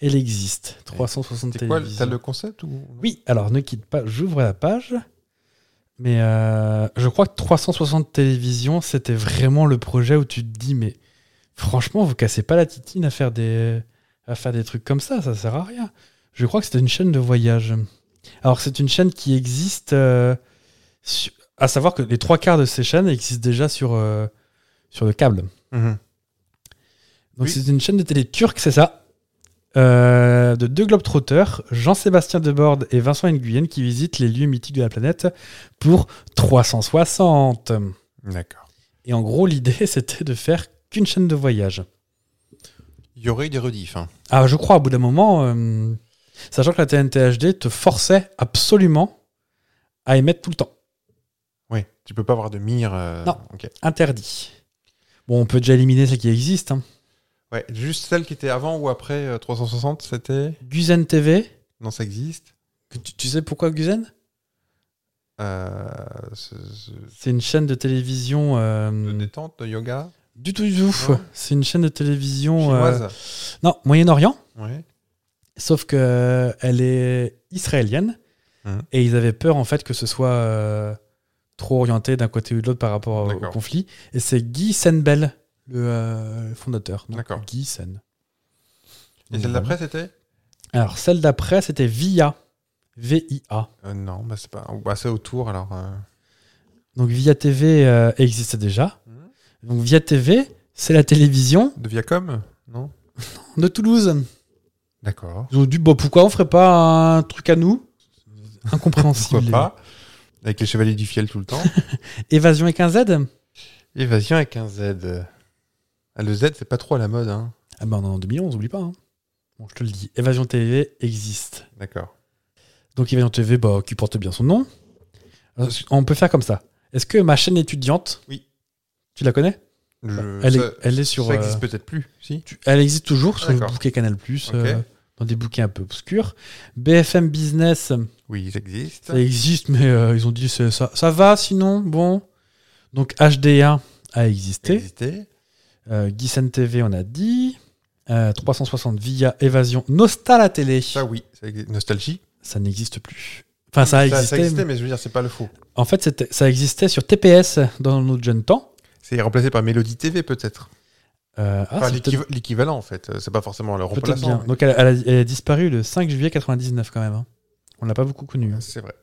Speaker 5: Elle existe. 360
Speaker 1: C'est quoi
Speaker 5: télévisions.
Speaker 1: T'as le concept ou
Speaker 5: Oui, alors ne quitte pas, j'ouvre la page. Mais euh, je crois que 360 télévisions, c'était vraiment le projet où tu te dis, mais franchement, vous cassez pas la titine à faire des, à faire des trucs comme ça, ça sert à rien. Je crois que c'était une chaîne de voyage. Alors c'est une chaîne qui existe, euh, su- à savoir que les trois quarts de ces chaînes existent déjà sur, euh, sur le câble.
Speaker 1: Mhm.
Speaker 5: Donc
Speaker 1: Oui.
Speaker 5: c'est une chaîne de télé turque, c'est ça. Euh, de deux globetrotters, Jean-Sébastien Debord et Vincent Nguyen, qui visitent les lieux mythiques de la planète pour 360.
Speaker 1: D'accord.
Speaker 5: Et en gros, l'idée, c'était de faire qu'une chaîne de voyage.
Speaker 1: Il y aurait eu des rediffs. hein.
Speaker 5: Ah, je crois, au bout d'un moment, euh, sachant que la TNT HD te forçait absolument à émettre tout le temps.
Speaker 1: Oui. Tu peux pas avoir de mire. euh,
Speaker 5: Non.
Speaker 1: Ok.
Speaker 5: Interdit. Bon, on peut déjà éliminer celles qui existent. hein.
Speaker 1: Ouais. Juste celle qui était avant ou après euh, 360, c'était.
Speaker 5: Guzen TV.
Speaker 1: Non, ça existe.
Speaker 5: que Tu, tu sais pourquoi Guzen
Speaker 1: Euh, ce- ce-
Speaker 5: C'est une chaîne de télévision. euh,
Speaker 1: De détente, de yoga.
Speaker 5: Du tout, du tout.
Speaker 1: Non.
Speaker 5: C'est une chaîne de télévision. euh,
Speaker 1: Chinoise.
Speaker 5: Non, Moyen-Orient.
Speaker 1: Ouais.
Speaker 5: Sauf que euh, elle est israélienne.
Speaker 1: Mhm.
Speaker 5: Et ils avaient peur, en fait, que ce soit euh, trop orienté d'un côté ou de l'autre par rapport au- au,
Speaker 1: D'accord.
Speaker 5: conflit. Et c'est Guy Senbel, le euh, fondateur. Donc,
Speaker 1: D'accord.
Speaker 5: Guy Sen.
Speaker 1: Et celle d'après, c'était
Speaker 5: Alors, celle d'après, c'était VIA. V-I-A.
Speaker 1: Euh, Non, bah, c'est pas. Bah, c'est autour alors. euh.
Speaker 5: Donc, VIA TV euh, existait déjà.
Speaker 1: Mmh.
Speaker 5: Donc, VIA TV, c'est la télévision
Speaker 1: De Viacom Non
Speaker 5: de Toulouse.
Speaker 1: D'accord.
Speaker 5: Ils ont dit, bah, pourquoi on ferait pas un truc à nous
Speaker 1: Pourquoi
Speaker 5: Incompréhensible.
Speaker 1: pas Avec les chevaliers du fiel tout le temps.
Speaker 5: Évasion avec un Z
Speaker 1: Évasion avec un Z. Ah, le Z, c'est pas trop à la mode, hein.
Speaker 5: Ah ben, on est en 2011, oublie pas. hein. Bon, je te le dis, Évasion TV existe.
Speaker 1: D'accord.
Speaker 5: Donc Évasion TV, bah, qui porte bien son nom. Alors, on peut faire comme ça. Est-ce que ma chaîne étudiante,
Speaker 1: Oui.
Speaker 5: tu la connais
Speaker 1: Je-
Speaker 5: Bah, elle,
Speaker 1: ça-
Speaker 5: est, elle est sur.
Speaker 1: Ça
Speaker 5: euh,
Speaker 1: existe peut-être plus, si
Speaker 5: tu- elle existe toujours sur le
Speaker 1: Ah, D'accord.
Speaker 5: bouquet Canal
Speaker 1: Ok.
Speaker 5: euh, dans des bouquets un peu obscurs. BFM Business,
Speaker 1: Oui, ça existe.
Speaker 5: ça existe, mais euh, ils ont dit c'est- ça, ça va sinon, bon. Donc HDA a
Speaker 1: Ça
Speaker 5: existé.
Speaker 1: existait.
Speaker 5: Euh, Gissen TV, on a dit. Euh, 360 via Évasion. Nostal la télé.
Speaker 1: Ça, oui. Ça exi- Nostalgie.
Speaker 5: ça n'existe plus. Enfin, Ah, ça a
Speaker 1: Ça-
Speaker 5: existé.
Speaker 1: Ça existait, mais je veux dire, c'est pas le faux.
Speaker 5: mais- En fait, c'était- ça existait sur TPS dans notre jeune temps.
Speaker 1: C'est remplacé par Mélodie TV, peut-être.
Speaker 5: Euh, ah,
Speaker 1: Enfin,
Speaker 5: c'est
Speaker 1: l'équiv- l'équivalent, en fait. C'est pas forcément leur
Speaker 5: peut-être- peut-être
Speaker 1: remplaçant.
Speaker 5: bien.
Speaker 1: mais-
Speaker 5: Donc, elle, elle a, elle a disparu le 5 juillet 99 quand même. hein. On l'a pas beaucoup connue. hein.
Speaker 1: C'est vrai.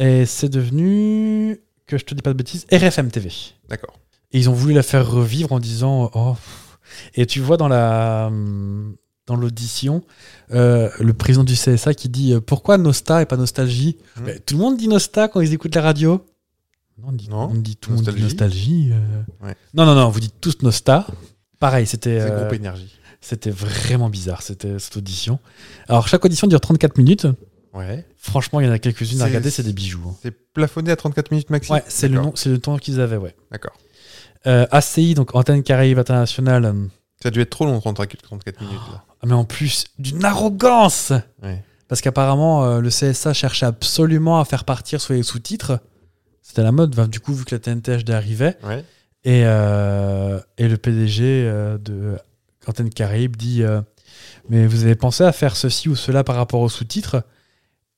Speaker 5: Et c'est devenu, que je te dis pas de bêtises, RFM TV.
Speaker 1: D'accord.
Speaker 5: Et ils ont voulu la faire revivre en disant oh. pff. Et tu vois dans la hum, dans l'audition euh, le président du CSA qui dit euh, pourquoi Nosta et pas Nostalgie.
Speaker 1: Mhm.
Speaker 5: Mais tout le monde dit Nosta quand ils écoutent la radio. Non, on dit,
Speaker 1: Non.
Speaker 5: on dit tout le monde dit Nostalgie. euh.
Speaker 1: Ouais.
Speaker 5: Non non non, vous dites tous Nosta. Pareil, c'était
Speaker 1: C'est
Speaker 5: euh,
Speaker 1: groupe énergie.
Speaker 5: c'était vraiment bizarre c'était cette audition. Alors chaque audition dure 34 minutes.
Speaker 1: Ouais.
Speaker 5: Franchement, il y en a quelques-unes à
Speaker 1: C'est-
Speaker 5: regarder, c'est des bijoux. hein.
Speaker 1: C'est plafonné à 34 minutes maxi.
Speaker 5: Ouais, c'est le
Speaker 1: D'accord.
Speaker 5: nom- c'est le temps qu'ils avaient, ouais.
Speaker 1: D'accord.
Speaker 5: Euh, ACI donc Antenne Caraïbe Internationale. hum,
Speaker 1: Ça a dû être trop long, 34 34 minutes. Là.
Speaker 5: Ah, mais en plus, d'une arrogance
Speaker 1: Ouais.
Speaker 5: Parce qu'apparemment, euh, le CSA cherchait absolument à faire partir sur les sous-titres. C'était la mode, enfin, du coup, vu que la TNT HD arrivait.
Speaker 1: Ouais.
Speaker 5: Et, euh, et le PDG euh, de Antenne Caraïbe dit euh, Mais vous avez pensé à faire ceci ou cela par rapport aux sous-titres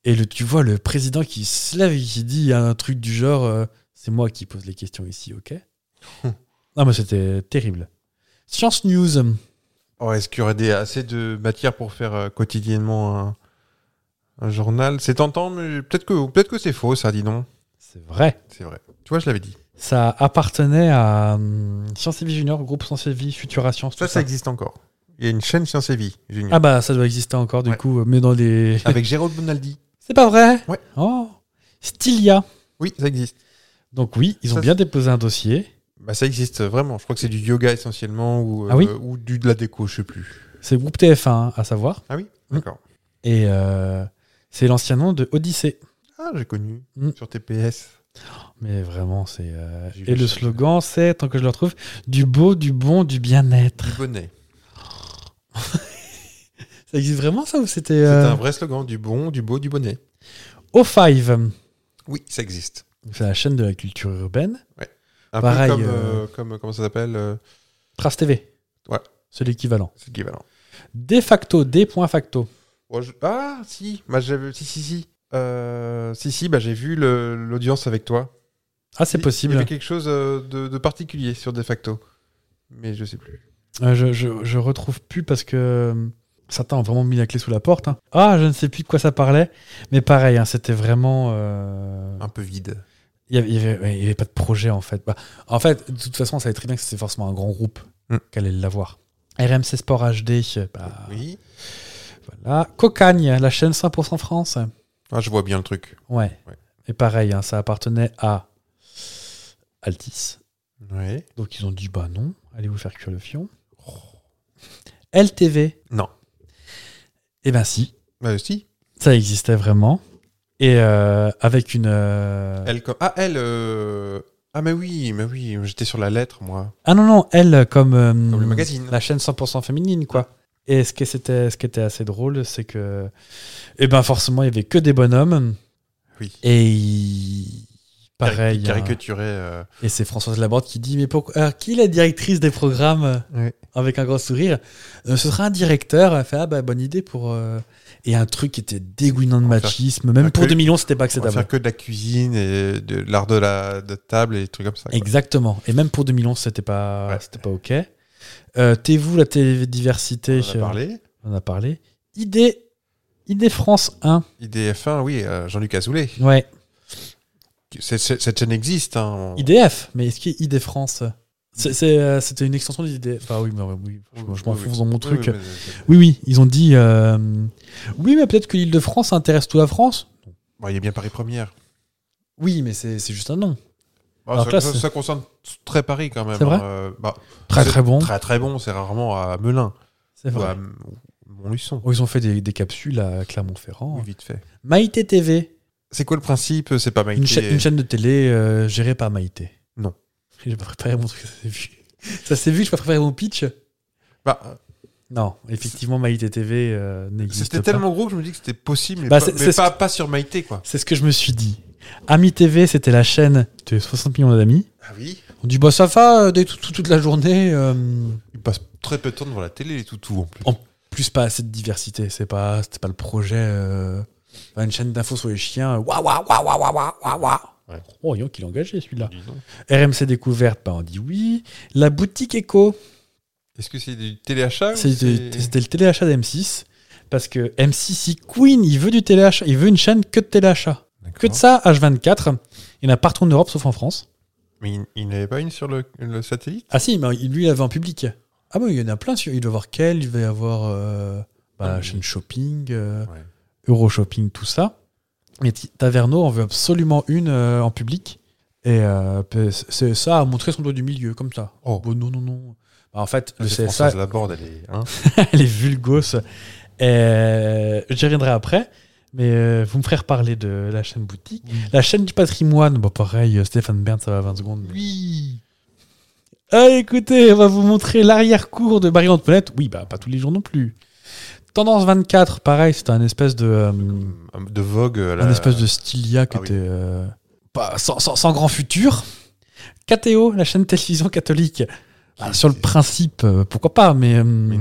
Speaker 5: Et le, tu vois le président qui se lève et qui dit un truc du genre euh, C'est moi qui pose les questions ici, ok Non, mais c'était terrible. Science News.
Speaker 1: Oh, Est-ce qu'il y aurait des- assez de matière pour faire euh, quotidiennement un, un journal C'est tentant, mais peut-être que, peut que c'est faux, ça, dis donc.
Speaker 5: C'est vrai.
Speaker 1: C'est vrai. Tu vois, je l'avais dit.
Speaker 5: Ça appartenait à hum, Science et Vie Junior, groupe Science et Vie, Futura Science.
Speaker 1: Ça,
Speaker 5: tout
Speaker 1: ça existe encore. Il y a une chaîne Science et Vie, Junior.
Speaker 5: Ah bah ça doit exister encore du
Speaker 1: Ouais.
Speaker 5: coup, mais dans les.
Speaker 1: Avec Jérôme Bonaldi.
Speaker 5: C'est pas vrai
Speaker 1: Ouais.
Speaker 5: Oh Stylia.
Speaker 1: Oui, ça existe.
Speaker 5: Donc oui, ils ont
Speaker 1: Ça,
Speaker 5: bien déposé un dossier.
Speaker 1: Bah, ça existe vraiment. Je crois que c'est du yoga essentiellement ou, euh,
Speaker 5: Ah oui
Speaker 1: ou du, de la déco, je sais plus.
Speaker 5: C'est le groupe TF1, hein, à savoir.
Speaker 1: Ah oui
Speaker 5: Mm.
Speaker 1: D'accord.
Speaker 5: Et euh, c'est l'ancien nom de Odyssée.
Speaker 1: Ah, j'ai connu.
Speaker 5: Mm.
Speaker 1: Sur TPS.
Speaker 5: Mais vraiment, c'est. euh,
Speaker 1: J'ai
Speaker 5: Et
Speaker 1: le
Speaker 5: le
Speaker 1: chercher.
Speaker 5: slogan, c'est, tant que je le retrouve, du beau, du bon, du bien-être.
Speaker 1: Du bonnet.
Speaker 5: Ça existe vraiment ça ou c'était.
Speaker 1: C'est
Speaker 5: Euh...
Speaker 1: un vrai slogan. Du bon, du beau, du bonnet.
Speaker 5: O5.
Speaker 1: Oui, ça existe.
Speaker 5: C'est la chaîne de la culture urbaine.
Speaker 1: Un
Speaker 5: Pareil,
Speaker 1: peu comme,
Speaker 5: euh,
Speaker 1: euh, comme- Comment ça s'appelle euh,
Speaker 5: Trace TV.
Speaker 1: Ouais.
Speaker 5: C'est l'équivalent.
Speaker 1: C'est l'équivalent.
Speaker 5: De facto, des points facto.
Speaker 1: Ouais, je- Ah, si. Bah, j'avais- si, si, si. Euh, si, si, bah, j'ai vu le- l'audience avec toi.
Speaker 5: Ah, c'est
Speaker 1: Il- Il y
Speaker 5: possible.
Speaker 1: avait quelque chose euh, de, de particulier sur De facto. Mais je sais plus.
Speaker 5: Euh, je, je, je retrouve plus parce que euh, certains ont vraiment mis la clé sous la porte. hein. Ah, je ne sais plus de quoi ça parlait. Mais pareil, hein, c'était vraiment. euh,
Speaker 1: Un peu vide.
Speaker 5: Il n'y avait, il y avait- ouais, il y avait pas de projet en fait. Bah, en fait, de toute façon, on savait très bien que c'était forcément un grand groupe
Speaker 1: Mm.
Speaker 5: qui allait l'avoir. RMC Sport HD, bah,
Speaker 1: Oui.
Speaker 5: voilà. Cocagne, la chaîne 100% France.
Speaker 1: Ah, je vois bien le truc.
Speaker 5: Ouais.
Speaker 1: Ouais.
Speaker 5: Et pareil, hein, ça appartenait à Altis.
Speaker 1: Ouais.
Speaker 5: Donc ils ont dit bah non, allez vous faire cuire le fion. LTV.
Speaker 1: Oh. Non.
Speaker 5: Eh ben si,
Speaker 1: Bah, si.
Speaker 5: ça existait vraiment. Et euh, avec une. euh,
Speaker 1: Elle comme... Ah, elle. euh, Ah, mais oui, mais oui, j'étais sur la lettre, moi.
Speaker 5: Ah non, non, elle comme. euh,
Speaker 1: le magazine.
Speaker 5: La chaîne 100% féminine, quoi. Et ce qui, était, ce qui était assez drôle, c'est que. Eh ben forcément, il y avait que des bonhommes.
Speaker 1: Oui.
Speaker 5: Et. il- Pareil. hein.
Speaker 1: Caricaturé. euh,
Speaker 5: Et c'est Françoise Laborde qui dit Mais pourquoi. alors, qui est la directrice des programmes
Speaker 1: Ouais.
Speaker 5: Avec un grand sourire. Euh, ce sera un directeur. Elle fait Ah, bah, bonne idée pour. euh, Et un truc qui était dégoûtant de
Speaker 1: On va faire-
Speaker 5: machisme. Même
Speaker 1: faire
Speaker 5: pour
Speaker 1: que-
Speaker 5: 2011, c'était
Speaker 1: on
Speaker 5: pas
Speaker 1: va
Speaker 5: acceptable.
Speaker 1: faire que de la cuisine et de l'art de la de table et des trucs comme ça. quoi.
Speaker 5: Exactement. Et même pour 2011, c'était pas,
Speaker 1: Ouais.
Speaker 5: c'était pas OK. Euh, T'es vous la
Speaker 1: On
Speaker 5: télédiversité
Speaker 1: en a parlé.
Speaker 5: euh, on en a parlé. ID, ID France 1.
Speaker 1: IDF1, oui, euh, Jean-Luc Azoulay.
Speaker 5: Ouais.
Speaker 1: C'est- c'est- Cette chaîne existe. hein.
Speaker 5: IDF. Mais est-ce qu'il y a ID France C'est- c'est, euh, C'était une extension des idées. Enfin, oui, mais, euh, oui, je,
Speaker 1: Oui,
Speaker 5: je m'enfonce
Speaker 1: oui.
Speaker 5: dans mon
Speaker 1: Oui,
Speaker 5: truc.
Speaker 1: oui, mais, euh,
Speaker 5: Oui, oui, ils ont dit. euh, oui, mais peut-être que l'île de France intéresse toute la France.
Speaker 1: bon, bah, il y a bien Paris Première.
Speaker 5: Oui, mais c'est c'est juste un nom.
Speaker 1: Ah,
Speaker 5: Alors
Speaker 1: ça,
Speaker 5: que là,
Speaker 1: ça-
Speaker 5: c'est-
Speaker 1: ça concerne très Paris quand même.
Speaker 5: C'est vrai
Speaker 1: Euh, bah,
Speaker 5: Très
Speaker 1: c'est
Speaker 5: très bon.
Speaker 1: Très très bon, c'est rarement à Melun
Speaker 5: C'est
Speaker 1: ou à
Speaker 5: vrai.
Speaker 1: M- Montluçon.
Speaker 5: Oh, ils ont fait des, des capsules à Clermont-Ferrand.
Speaker 1: Oui, vite fait.
Speaker 5: Maïté TV,
Speaker 1: C'est quoi le principe euh, C'est pas Maïté
Speaker 5: une, cha- une chaîne de télé euh, gérée par Maïté.
Speaker 1: Non.
Speaker 5: J'ai pas préparé mon truc, ça s'est vu. Ça s'est vu, j'ai pas préparé mon pitch.
Speaker 1: Bah,
Speaker 5: Non, effectivement, Maïté TV euh, n'existe
Speaker 1: C'était
Speaker 5: pas.
Speaker 1: tellement gros que je me dis que c'était possible, mais,
Speaker 5: Bah,
Speaker 1: pas,
Speaker 5: c'est-
Speaker 1: mais
Speaker 5: c'est ce
Speaker 1: pas, pas sur Maïté, quoi.
Speaker 5: C'est ce que je me suis dit. Ami TV, c'était la chaîne de 60 millions d'amis.
Speaker 1: Ah oui
Speaker 5: On dit, bah ça va, euh, des tout- tout- toute la journée. euh,
Speaker 1: Ils passent très peu de temps devant la télé, les toutous, en plus.
Speaker 5: En- plus pas assez de diversité, c'est pas, c'était pas le projet. euh, enfin, une chaîne d'infos sur les chiens. euh, Waouh, waouh, waouh, waouh, waouh, waouh, waouh.
Speaker 1: Ouais.
Speaker 5: Oh, il qu'il est engagé celui-là.
Speaker 1: Dis donc.
Speaker 5: RMC Découverte, bah, on dit oui. La boutique Echo,
Speaker 1: Est-ce que c'est du téléachat ou
Speaker 5: c'est-
Speaker 1: Ah, c'est-
Speaker 5: c'était le téléachat d'M6. Parce que M6, si Queen, il veut du téléachat, il veut une chaîne que de téléachat. Que de
Speaker 1: D'accord.
Speaker 5: ça, H24. Il n'y en a partout en Europe sauf en France.
Speaker 1: Mais il, il n'avait pas une sur le, le satellite
Speaker 5: Ah si, mais il- lui, il avait un public. Ah bon, il y en a plein. sur- Il doit y avoir quel Il va y avoir euh, bah,
Speaker 1: Ah
Speaker 5: la
Speaker 1: oui.
Speaker 5: chaîne shopping, euh,
Speaker 1: Ouais.
Speaker 5: Euro shopping, tout ça. Mais Ti- Taverneau en veut absolument une euh, en public. Et euh, p- c'est ça a montré son doigt du milieu, comme ça.
Speaker 1: Oh. Ah,
Speaker 5: Bon, non, non, non. Bah, en fait, le
Speaker 1: C'est
Speaker 5: CSA,
Speaker 1: Françoise Laborde, elle est. hein.
Speaker 5: elle est vulgose. Et J'y reviendrai après. Mais euh, vous me ferez reparler de la chaîne boutique. La chaîne du patrimoine, bon, pareil, euh, Stéphane Bern, ça va 20 secondes. mais-
Speaker 1: Oui
Speaker 5: ah, écoutez, on va vous montrer l'arrière-cour de Marie-Antoinette. Oui, bah, pas tous les jours non plus. Tendance 24, pareil, c'était un espèce de. euh,
Speaker 1: De Vogue. euh,
Speaker 5: un
Speaker 1: la-
Speaker 5: espèce de stylia qui
Speaker 1: Ah oui.
Speaker 5: était. euh, pas, sans, sans- sans grand futur. KTO, la chaîne télévision catholique. Ah,
Speaker 1: Qui-
Speaker 5: sur le principe, euh, pourquoi pas, mais, euh,
Speaker 1: Mais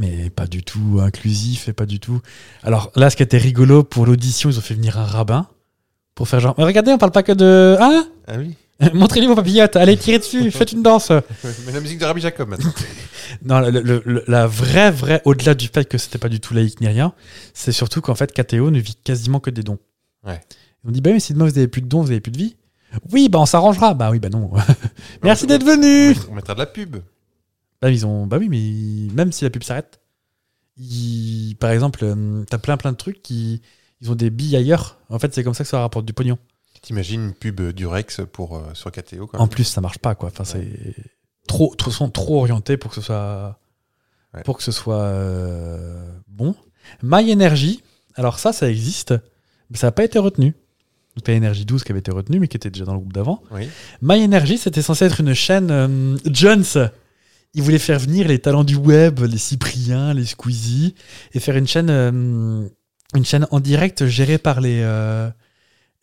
Speaker 5: mais,
Speaker 1: non.
Speaker 5: pas du tout inclusif et pas du tout. Alors là, ce qui était rigolo pour l'audition, ils ont fait venir un rabbin pour faire genre. Mais regardez, on parle pas que de. Hein
Speaker 1: Ah oui
Speaker 5: Montrez-lui vos papillotes, allez, tirez dessus, faites une danse.
Speaker 1: Mais la musique de Rabbi Jacob, maintenant.
Speaker 5: Non, le- le- le- la vraie, vraie, au-delà du fait que c'était pas du tout laïque ni rien, c'est surtout qu'en fait, KTO ne vit quasiment que des dons.
Speaker 1: Ouais.
Speaker 5: On dit, bah oui, mais si demain vous avez plus de dons, vous avez plus de vie. Oui, bah on s'arrangera. Bah oui, bah non. Merci d'être venu.
Speaker 1: On mettra de la pub.
Speaker 5: Bah, ils ont, bah oui, mais même si la pub s'arrête, ils- par exemple, hum, t'as plein plein de trucs qui, ils ont des billes ailleurs. En fait, c'est comme ça que ça rapporte du pognon.
Speaker 1: T'imagines une pub euh, du Rex pour, euh, sur KTO, quoi.
Speaker 5: En plus, ça marche pas, quoi. Enfin, c'est trop, trop, sont trop orientés pour que ce soit,
Speaker 1: Ouais.
Speaker 5: pour que ce soit euh, bon. My Energy, alors ça, ça existe, mais ça n'a pas été retenu. Donc, t'as Energy 12 qui avait été retenu, mais qui était déjà dans le groupe d'avant.
Speaker 1: Oui.
Speaker 5: My Energy, c'était censé être une chaîne euh, Jones. Ils voulaient faire venir les talents du web, les Cypriens, les Squeezie, et faire une chaîne, euh, une chaîne en direct gérée par les, euh,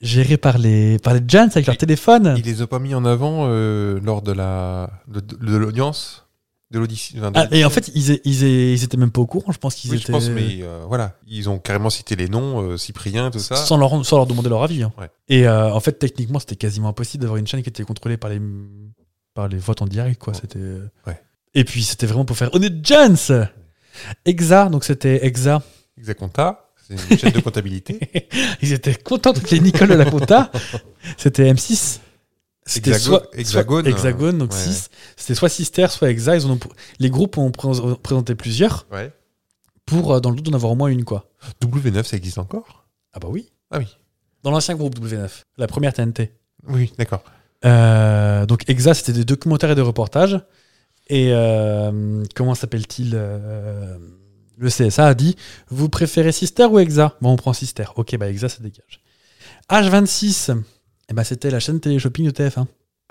Speaker 5: gérée par les, par les Jones avec leur
Speaker 1: Il-
Speaker 5: téléphone.
Speaker 1: Ils les ont pas mis en avant euh, lors de la de, de l'audience de l'audition. enfin, de
Speaker 5: Ah, et
Speaker 1: l'audition.
Speaker 5: en fait, ils, é- ils, é- ils étaient même pas au courant, je pense qu'ils
Speaker 1: oui,
Speaker 5: étaient.
Speaker 1: je pense, mais euh, voilà, ils ont carrément cité les noms, euh, Cyprien, tout ça.
Speaker 5: Sans leur, sans leur demander leur avis. hein.
Speaker 1: Ouais.
Speaker 5: Et euh, en fait, techniquement, c'était quasiment impossible d'avoir une chaîne qui était contrôlée par les, par les votes en direct. Quoi.
Speaker 1: Ouais.
Speaker 5: C'était... euh,
Speaker 1: Ouais.
Speaker 5: Et puis, c'était vraiment pour faire On est Jones Exa, donc c'était Exa.
Speaker 1: Exaconta, c'est une chaîne de comptabilité.
Speaker 5: Ils étaient contents de les Nicole de la Pota. c'était M6. C'était
Speaker 1: Hexago- Hexagone, hein.
Speaker 5: soit- Hexagone, donc
Speaker 1: ouais.
Speaker 5: 6. C'était soit Sister, soit Exa. Ils en ont pr- les groupes ont pré- présenté plusieurs
Speaker 1: Ouais.
Speaker 5: pour, euh, dans le doute, d'en avoir au moins une. quoi.
Speaker 1: W9, ça existe encore
Speaker 5: Ah bah oui.
Speaker 1: Ah oui.
Speaker 5: Dans l'ancien groupe W9, la première TNT.
Speaker 1: Oui, d'accord.
Speaker 5: Euh, donc Exa, c'était des documentaires et des reportages. Et euh, comment s'appelle-t-il euh, Le CSA a dit Vous préférez Sister ou Exa Bon, on prend Sister. Ok, bah Exa, ça dégage. H26, eh ben, c'était la chaîne télé-shopping de TF1.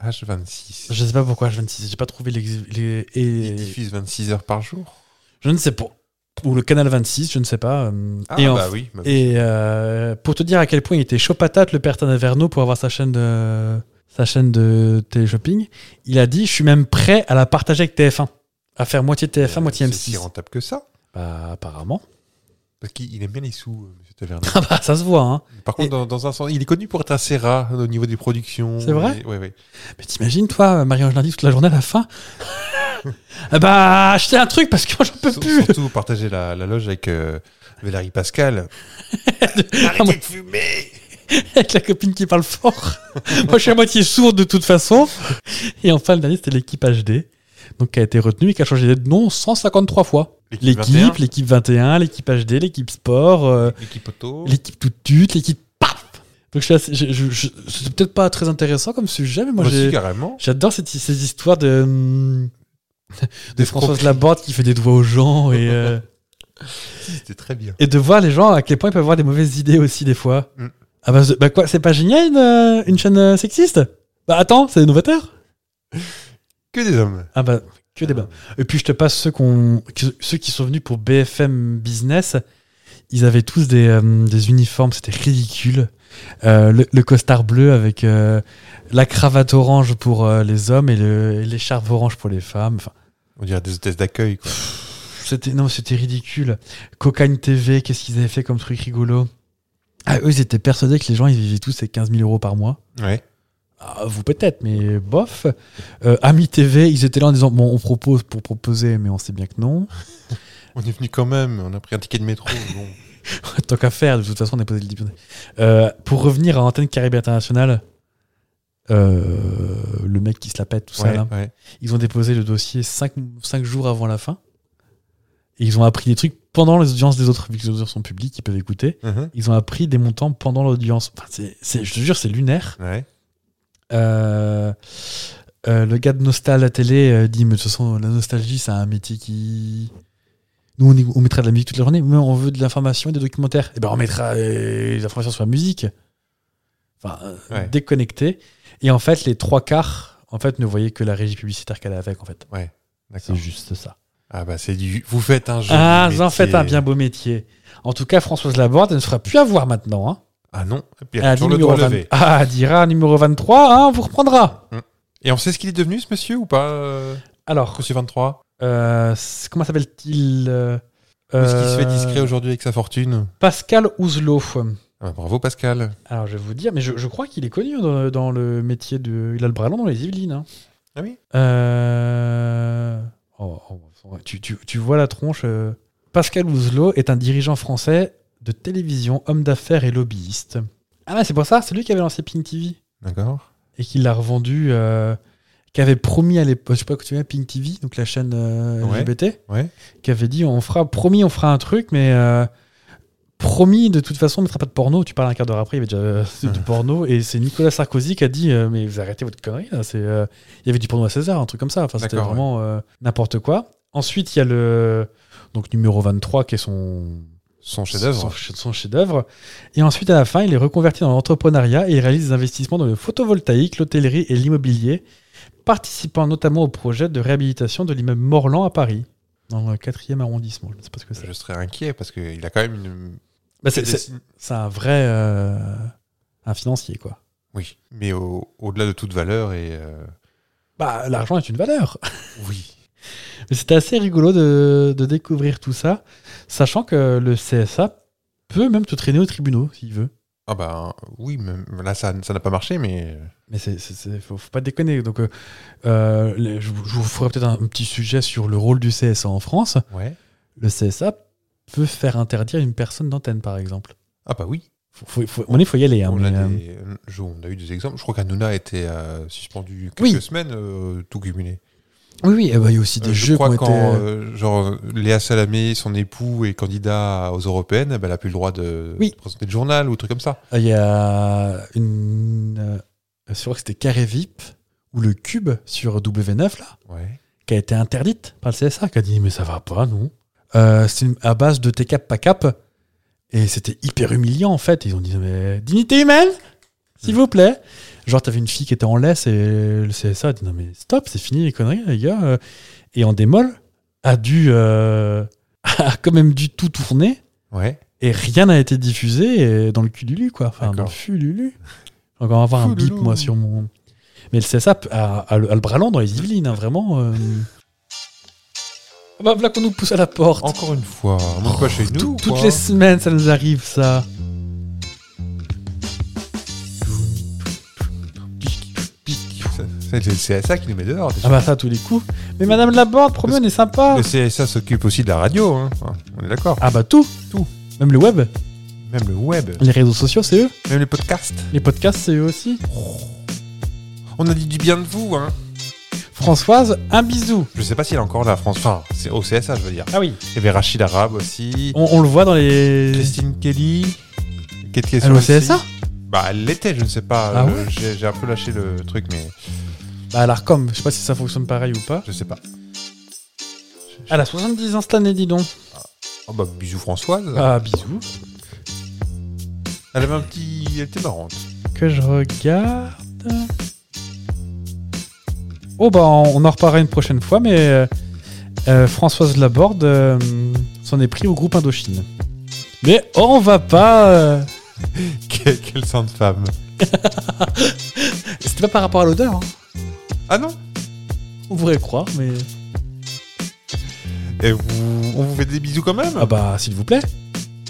Speaker 1: H26.
Speaker 5: Je sais pas pourquoi H26, j'ai pas trouvé les. les-
Speaker 1: Ils
Speaker 5: et,
Speaker 1: diffusent 26 heures par jour.
Speaker 5: je ne sais pas. Ou le canal 26, je ne sais pas. euh,
Speaker 1: Ah
Speaker 5: et en-
Speaker 1: bah oui. bah oui.
Speaker 5: et euh, pour te dire à quel point il était chaud patate, le père Tanaverno, pour avoir sa chaîne de, sa chaîne de télé-shopping, il a dit Je suis même prêt à la partager avec TF1. À faire moitié TF1,
Speaker 1: Euh,
Speaker 5: moitié
Speaker 1: c'est
Speaker 5: M6.
Speaker 1: si rentable que ça.
Speaker 5: Bah, apparemment.
Speaker 1: Parce qu'il aime bien les sous, euh, monsieur Taverneau.
Speaker 5: Ah bah, ça se voit, hein.
Speaker 1: Par contre,
Speaker 5: Et-
Speaker 1: dans, dans un sens, il est connu pour être assez rare hein, au niveau des productions.
Speaker 5: C'est vrai
Speaker 1: Oui, oui.
Speaker 5: Mais t'imagines, toi, Marie-Ange Lundi, toute la journée à la fin Ah Bah, achetez un truc parce que moi, j'en peux plus
Speaker 1: Surtout partager la, la loge avec euh, Valérie Pascal.
Speaker 5: Ah, moi-
Speaker 1: Arrêtez de fumer
Speaker 5: avec la copine qui parle fort. Moi, je suis à moitié sourde de toute façon. Et enfin, le dernier, c'était l'équipe HD. Donc, qui a été retenue et qui a changé de nom 153 fois.
Speaker 1: L'équipe
Speaker 5: L'équipe,
Speaker 1: 21.
Speaker 5: l'équipe 21, l'équipe HD, l'équipe sport, euh,
Speaker 1: L'équipe auto.
Speaker 5: l'équipe toute tute, l'équipe paf. Donc, je suis assez- je- je- je- c'est peut-être pas très intéressant comme sujet, mais moi,
Speaker 1: Moi
Speaker 5: j'ai-
Speaker 1: aussi, Bah, hein. carrément.
Speaker 5: j'adore cette- ces histoires de, hum, de
Speaker 1: Des
Speaker 5: Françoise
Speaker 1: croquis.
Speaker 5: Laborde qui fait des doigts aux gens et. euh,
Speaker 1: C'était très bien.
Speaker 5: et de voir les gens à quel point ils peuvent avoir des mauvaises idées aussi des fois.
Speaker 1: Mm.
Speaker 5: Ah bah, c'est- bah quoi, c'est pas génial une, euh, une chaîne euh, sexiste Bah attends, c'est novateur
Speaker 1: Que des hommes.
Speaker 5: Ah bah que débat. Et puis je te passe ceux, qu'on- que- ceux qui sont venus pour BFM Business. Ils avaient tous des, euh, des uniformes, c'était ridicule. Euh, le, le costard bleu avec euh, la cravate orange pour euh, les hommes et le- et l'écharpe orange pour les femmes. Enfin,
Speaker 1: On dirait des hôtesses d'accueil. quoi.
Speaker 5: C'était non, c'était ridicule. Cocagne TV, qu'est-ce qu'ils avaient fait comme truc rigolo ah, Eux, ils étaient persuadés que les gens ils vivaient tous ces 15 000 euros par mois.
Speaker 1: Ouais.
Speaker 5: Ah, vous peut-être, mais bof. Euh, Ami TV, ils étaient là en disant bon, on propose pour proposer, mais on sait bien que non.
Speaker 1: On est venu quand même. On a pris un ticket de métro. bon.
Speaker 5: Tant qu'à faire, de toute façon, on a posé le diplôme. Euh, Pour revenir à Antenne Caribe Internationale, euh, le mec qui se la pète, tout ça
Speaker 1: Ouais,
Speaker 5: là.
Speaker 1: ouais.
Speaker 5: Ils ont déposé le dossier 5, jours avant la fin. Et ils ont appris des trucs pendant les audiences des autres, vu que les audiences sont publiques, ils peuvent écouter.
Speaker 1: Mhm.
Speaker 5: Ils ont appris des montants pendant l'audience. Enfin, c'est- c'est- je te jure, c'est lunaire.
Speaker 1: Ouais.
Speaker 5: Euh, euh, le gars de Nostal à télé euh, dit Mais de toute façon, la nostalgie, c'est un métier qui. Nous, on, y- on mettra de la musique toute la journée, mais on veut de l'information et des documentaires. Et ben, on mettra euh, des informations sur la musique. Enfin, euh,
Speaker 1: Ouais.
Speaker 5: déconnecté. Et en fait, les trois quarts en fait, ne voyaient que la régie publicitaire qu'elle avait avec. En fait. C'est
Speaker 1: D'accord.
Speaker 5: juste ça.
Speaker 1: Ah bah c'est du. Vous faites un jeu.
Speaker 5: Ah, vous en faites un bien beau métier. En tout cas, Françoise Laborde, elle ne sera plus à voir maintenant. Hein.
Speaker 1: Ah non. Et puis,
Speaker 5: Elle a dit
Speaker 1: toujours le
Speaker 5: numéro
Speaker 1: doigt
Speaker 5: 20
Speaker 1: levé.
Speaker 5: Ah, elle dira numéro 23, hein, on vous reprendra.
Speaker 1: Et on sait ce qu'il est devenu ce monsieur ou pas euh,
Speaker 5: Alors,
Speaker 1: Monsieur 23
Speaker 5: euh, c'est- comment s'appelle-t-il euh,
Speaker 1: Est-ce qu'il se fait
Speaker 5: euh,
Speaker 1: discret aujourd'hui avec sa fortune
Speaker 5: Pascal Ouzelot.
Speaker 1: Ah bah, Bravo Pascal.
Speaker 5: Alors, je vais vous dire, mais je, je crois qu'il est connu dans, dans le métier de. Il a le bras long dans les Yvelines. hein.
Speaker 1: Ah oui
Speaker 5: Euh, oh, oh, tu, tu- tu vois la tronche. euh. Pascal Ouzelot est un dirigeant français de télévision, homme d'affaires et lobbyiste. Ah, ouais, c'est pour ça, c'est lui qui avait lancé Ping TV.
Speaker 1: D'accord.
Speaker 5: et qu'il l'a revendu, euh, qui avait promis à l'époque, je sais pas que tu viens, Pink TV, donc la chaîne euh,
Speaker 1: Ouais,
Speaker 5: LGBT,
Speaker 1: ouais.
Speaker 5: qui avait dit on fera, promis, on fera un truc, mais euh, promis, de toute façon, on mettra pas de porno. Tu parles un quart d'heure après, il y avait déjà euh, du
Speaker 1: Ah.
Speaker 5: porno, et c'est Nicolas Sarkozy qui a dit euh, mais vous arrêtez votre connerie, là, c'est, euh, il y avait du porno à 16 heures, un truc comme ça, enfin c'était
Speaker 1: D'accord,
Speaker 5: vraiment euh, n'importe quoi. Ensuite, il y a le donc numéro 23 qui est son
Speaker 1: Son chef-d'œuvre.
Speaker 5: son- Son, chef-d'œuvre. Et ensuite, à la fin, il est reconverti dans l'entrepreneuriat et il réalise des investissements dans le photovoltaïque, l'hôtellerie et l'immobilier, participant notamment au projet de réhabilitation de l'immeuble Morlan à Paris, dans le 4e arrondissement. Je ne sais pas ce que c'est.
Speaker 1: Je serais inquiet parce qu'il a quand même une.
Speaker 5: Bah, c'est-
Speaker 1: des
Speaker 5: c'est
Speaker 1: signes-
Speaker 5: c'est un vrai. euh, un financier, quoi.
Speaker 1: Oui, mais au- au-delà de toute valeur et. euh,
Speaker 5: Bah, l'argent est une valeur.
Speaker 1: Oui.
Speaker 5: Mais c'était assez rigolo de, de découvrir tout ça, sachant que le CSA peut même te traîner aux tribunaux s'il veut.
Speaker 1: Ah bah oui, mais là ça ça n'a pas marché, mais. euh,
Speaker 5: Mais c'est, c'est- c'est- faut, faut pas déconner. Donc, euh, euh, les- je, vous- je vous ferai peut-être un, un petit sujet sur le rôle du CSA en France.
Speaker 1: Ouais.
Speaker 5: Le CSA peut faire interdire une personne d'antenne, par exemple.
Speaker 1: Ah bah oui.
Speaker 5: Faut, faut- faut- on est, faut y aller. hein,
Speaker 1: on,
Speaker 5: mais,
Speaker 1: a
Speaker 5: euh,
Speaker 1: des- je- on a eu des exemples. Je crois qu'Anouna a été euh, suspendu quelques
Speaker 5: Oui.
Speaker 1: semaines, euh, tout cumulé.
Speaker 5: Oui, oui. eh ben, Il y a aussi des
Speaker 1: Euh, je
Speaker 5: jeux qui
Speaker 1: crois
Speaker 5: ont été.
Speaker 1: quand euh, genre Léa Salamé, son époux et candidat aux européennes, eh ben, elle a plus le droit de
Speaker 5: Oui.
Speaker 1: de présenter le journal ou un truc comme ça.
Speaker 5: euh, Il y a une. euh, je crois que c'était Carré VIP ou le Cube sur W9, là.
Speaker 1: Ouais.
Speaker 5: qui a été interdite par le CSA, qui a dit mais ça va pas, non. Euh, c'est une- à base de TCAP, pas cap. Et c'était hyper humiliant en fait. Ils ont dit mais dignité humaine, s'il vous plaît. Genre t'avais une fille qui était en laisse et le CSA a dit non mais stop, c'est fini les conneries les gars. Euh, Et en démol a dû euh, a quand même dû tout tourner
Speaker 1: Ouais.
Speaker 5: et rien n'a été diffusé et dans le cul du quoi. Enfin, dans le
Speaker 1: D'accord.
Speaker 5: ful Lulu. Encore avoir un bip,
Speaker 1: Fululu.
Speaker 5: moi, sur mon. Mais le CSA a, a le a le bras lent dans les Yvelines, hein, vraiment. euh. Ah Bah, voilà qu'on nous pousse à la porte.
Speaker 1: Encore une fois, on monte pas chez nous.
Speaker 5: Tout- toutes
Speaker 1: quoi.
Speaker 5: les semaines, ça nous arrive, ça.
Speaker 1: C'est c'est le CSA qui nous met dehors. déjà.
Speaker 5: Ah bah, ça, à tous les coups. Mais Madame Laborde, promis, on est sympa.
Speaker 1: Le CSA s'occupe aussi de la radio, hein. Enfin, on est Ah, d'accord.
Speaker 5: Ah bah, tout.
Speaker 1: Tout.
Speaker 5: Même le web.
Speaker 1: Même le web,
Speaker 5: Les réseaux sociaux, c'est eux.
Speaker 1: même les podcasts.
Speaker 5: Les podcasts, c'est eux aussi.
Speaker 1: On a dit du bien de vous, hein.
Speaker 5: Françoise, un bisou.
Speaker 1: Je sais pas s'il est encore là, France. Enfin, c'est au CSA, je veux dire.
Speaker 5: Ah oui.
Speaker 1: Il y avait Rachid Arabe aussi.
Speaker 5: On, on le voit dans les. Ah,
Speaker 1: Christine Kelly. Kate
Speaker 5: Elle est
Speaker 1: Kesso
Speaker 5: au
Speaker 1: aussi.
Speaker 5: CSA
Speaker 1: Bah, elle l'était, je ne sais pas.
Speaker 5: Ah
Speaker 1: Euh, J'ai j'ai un peu lâché le truc, mais
Speaker 5: Bah, à l'ARCOM. Je sais pas si ça fonctionne pareil ou pas.
Speaker 1: je sais pas.
Speaker 5: Elle a 70 ans cette année, dis donc.
Speaker 1: Oh bah, bisous Françoise.
Speaker 5: Ah, bisous.
Speaker 1: Elle avait un petit. Elle était marrante.
Speaker 5: Que je regarde. Oh, bah, on on en reparlera une prochaine fois, mais. euh, euh, Françoise Laborde euh, s'en est pris au groupe Indochine. Mais on va pas. euh,
Speaker 1: Quel, quel sang de femme.
Speaker 5: C'était pas par rapport à l'odeur. hein.
Speaker 1: Ah non
Speaker 5: On pourrait croire, mais.
Speaker 1: Et vous, on vous fait des bisous quand même
Speaker 5: Ah bah, s'il vous plaît.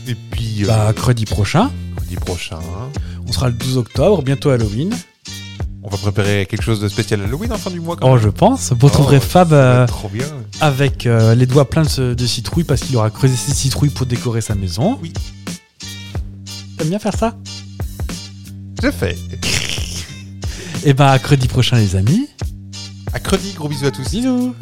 Speaker 1: Et puis, euh,
Speaker 5: Bah, mercredi prochain.
Speaker 1: lundi prochain, hein,
Speaker 5: On sera le 12 octobre, bientôt Halloween.
Speaker 1: on va préparer quelque chose de spécial Halloween en fin du mois quand
Speaker 5: Oh,
Speaker 1: même.
Speaker 5: je pense. Vous retrouverez
Speaker 1: Oh,
Speaker 5: Fab
Speaker 1: ça va
Speaker 5: euh,
Speaker 1: être Trop bien.
Speaker 5: avec euh, les doigts pleins de, ce- de citrouilles parce qu'il aura creusé ses citrouilles pour décorer sa maison.
Speaker 1: Oui.
Speaker 5: T'aimes bien faire ça
Speaker 1: J'ai fait.
Speaker 5: Eh Et bah, mercredi prochain, les amis.
Speaker 1: À crédit, gros bisous à tous.
Speaker 5: Bisous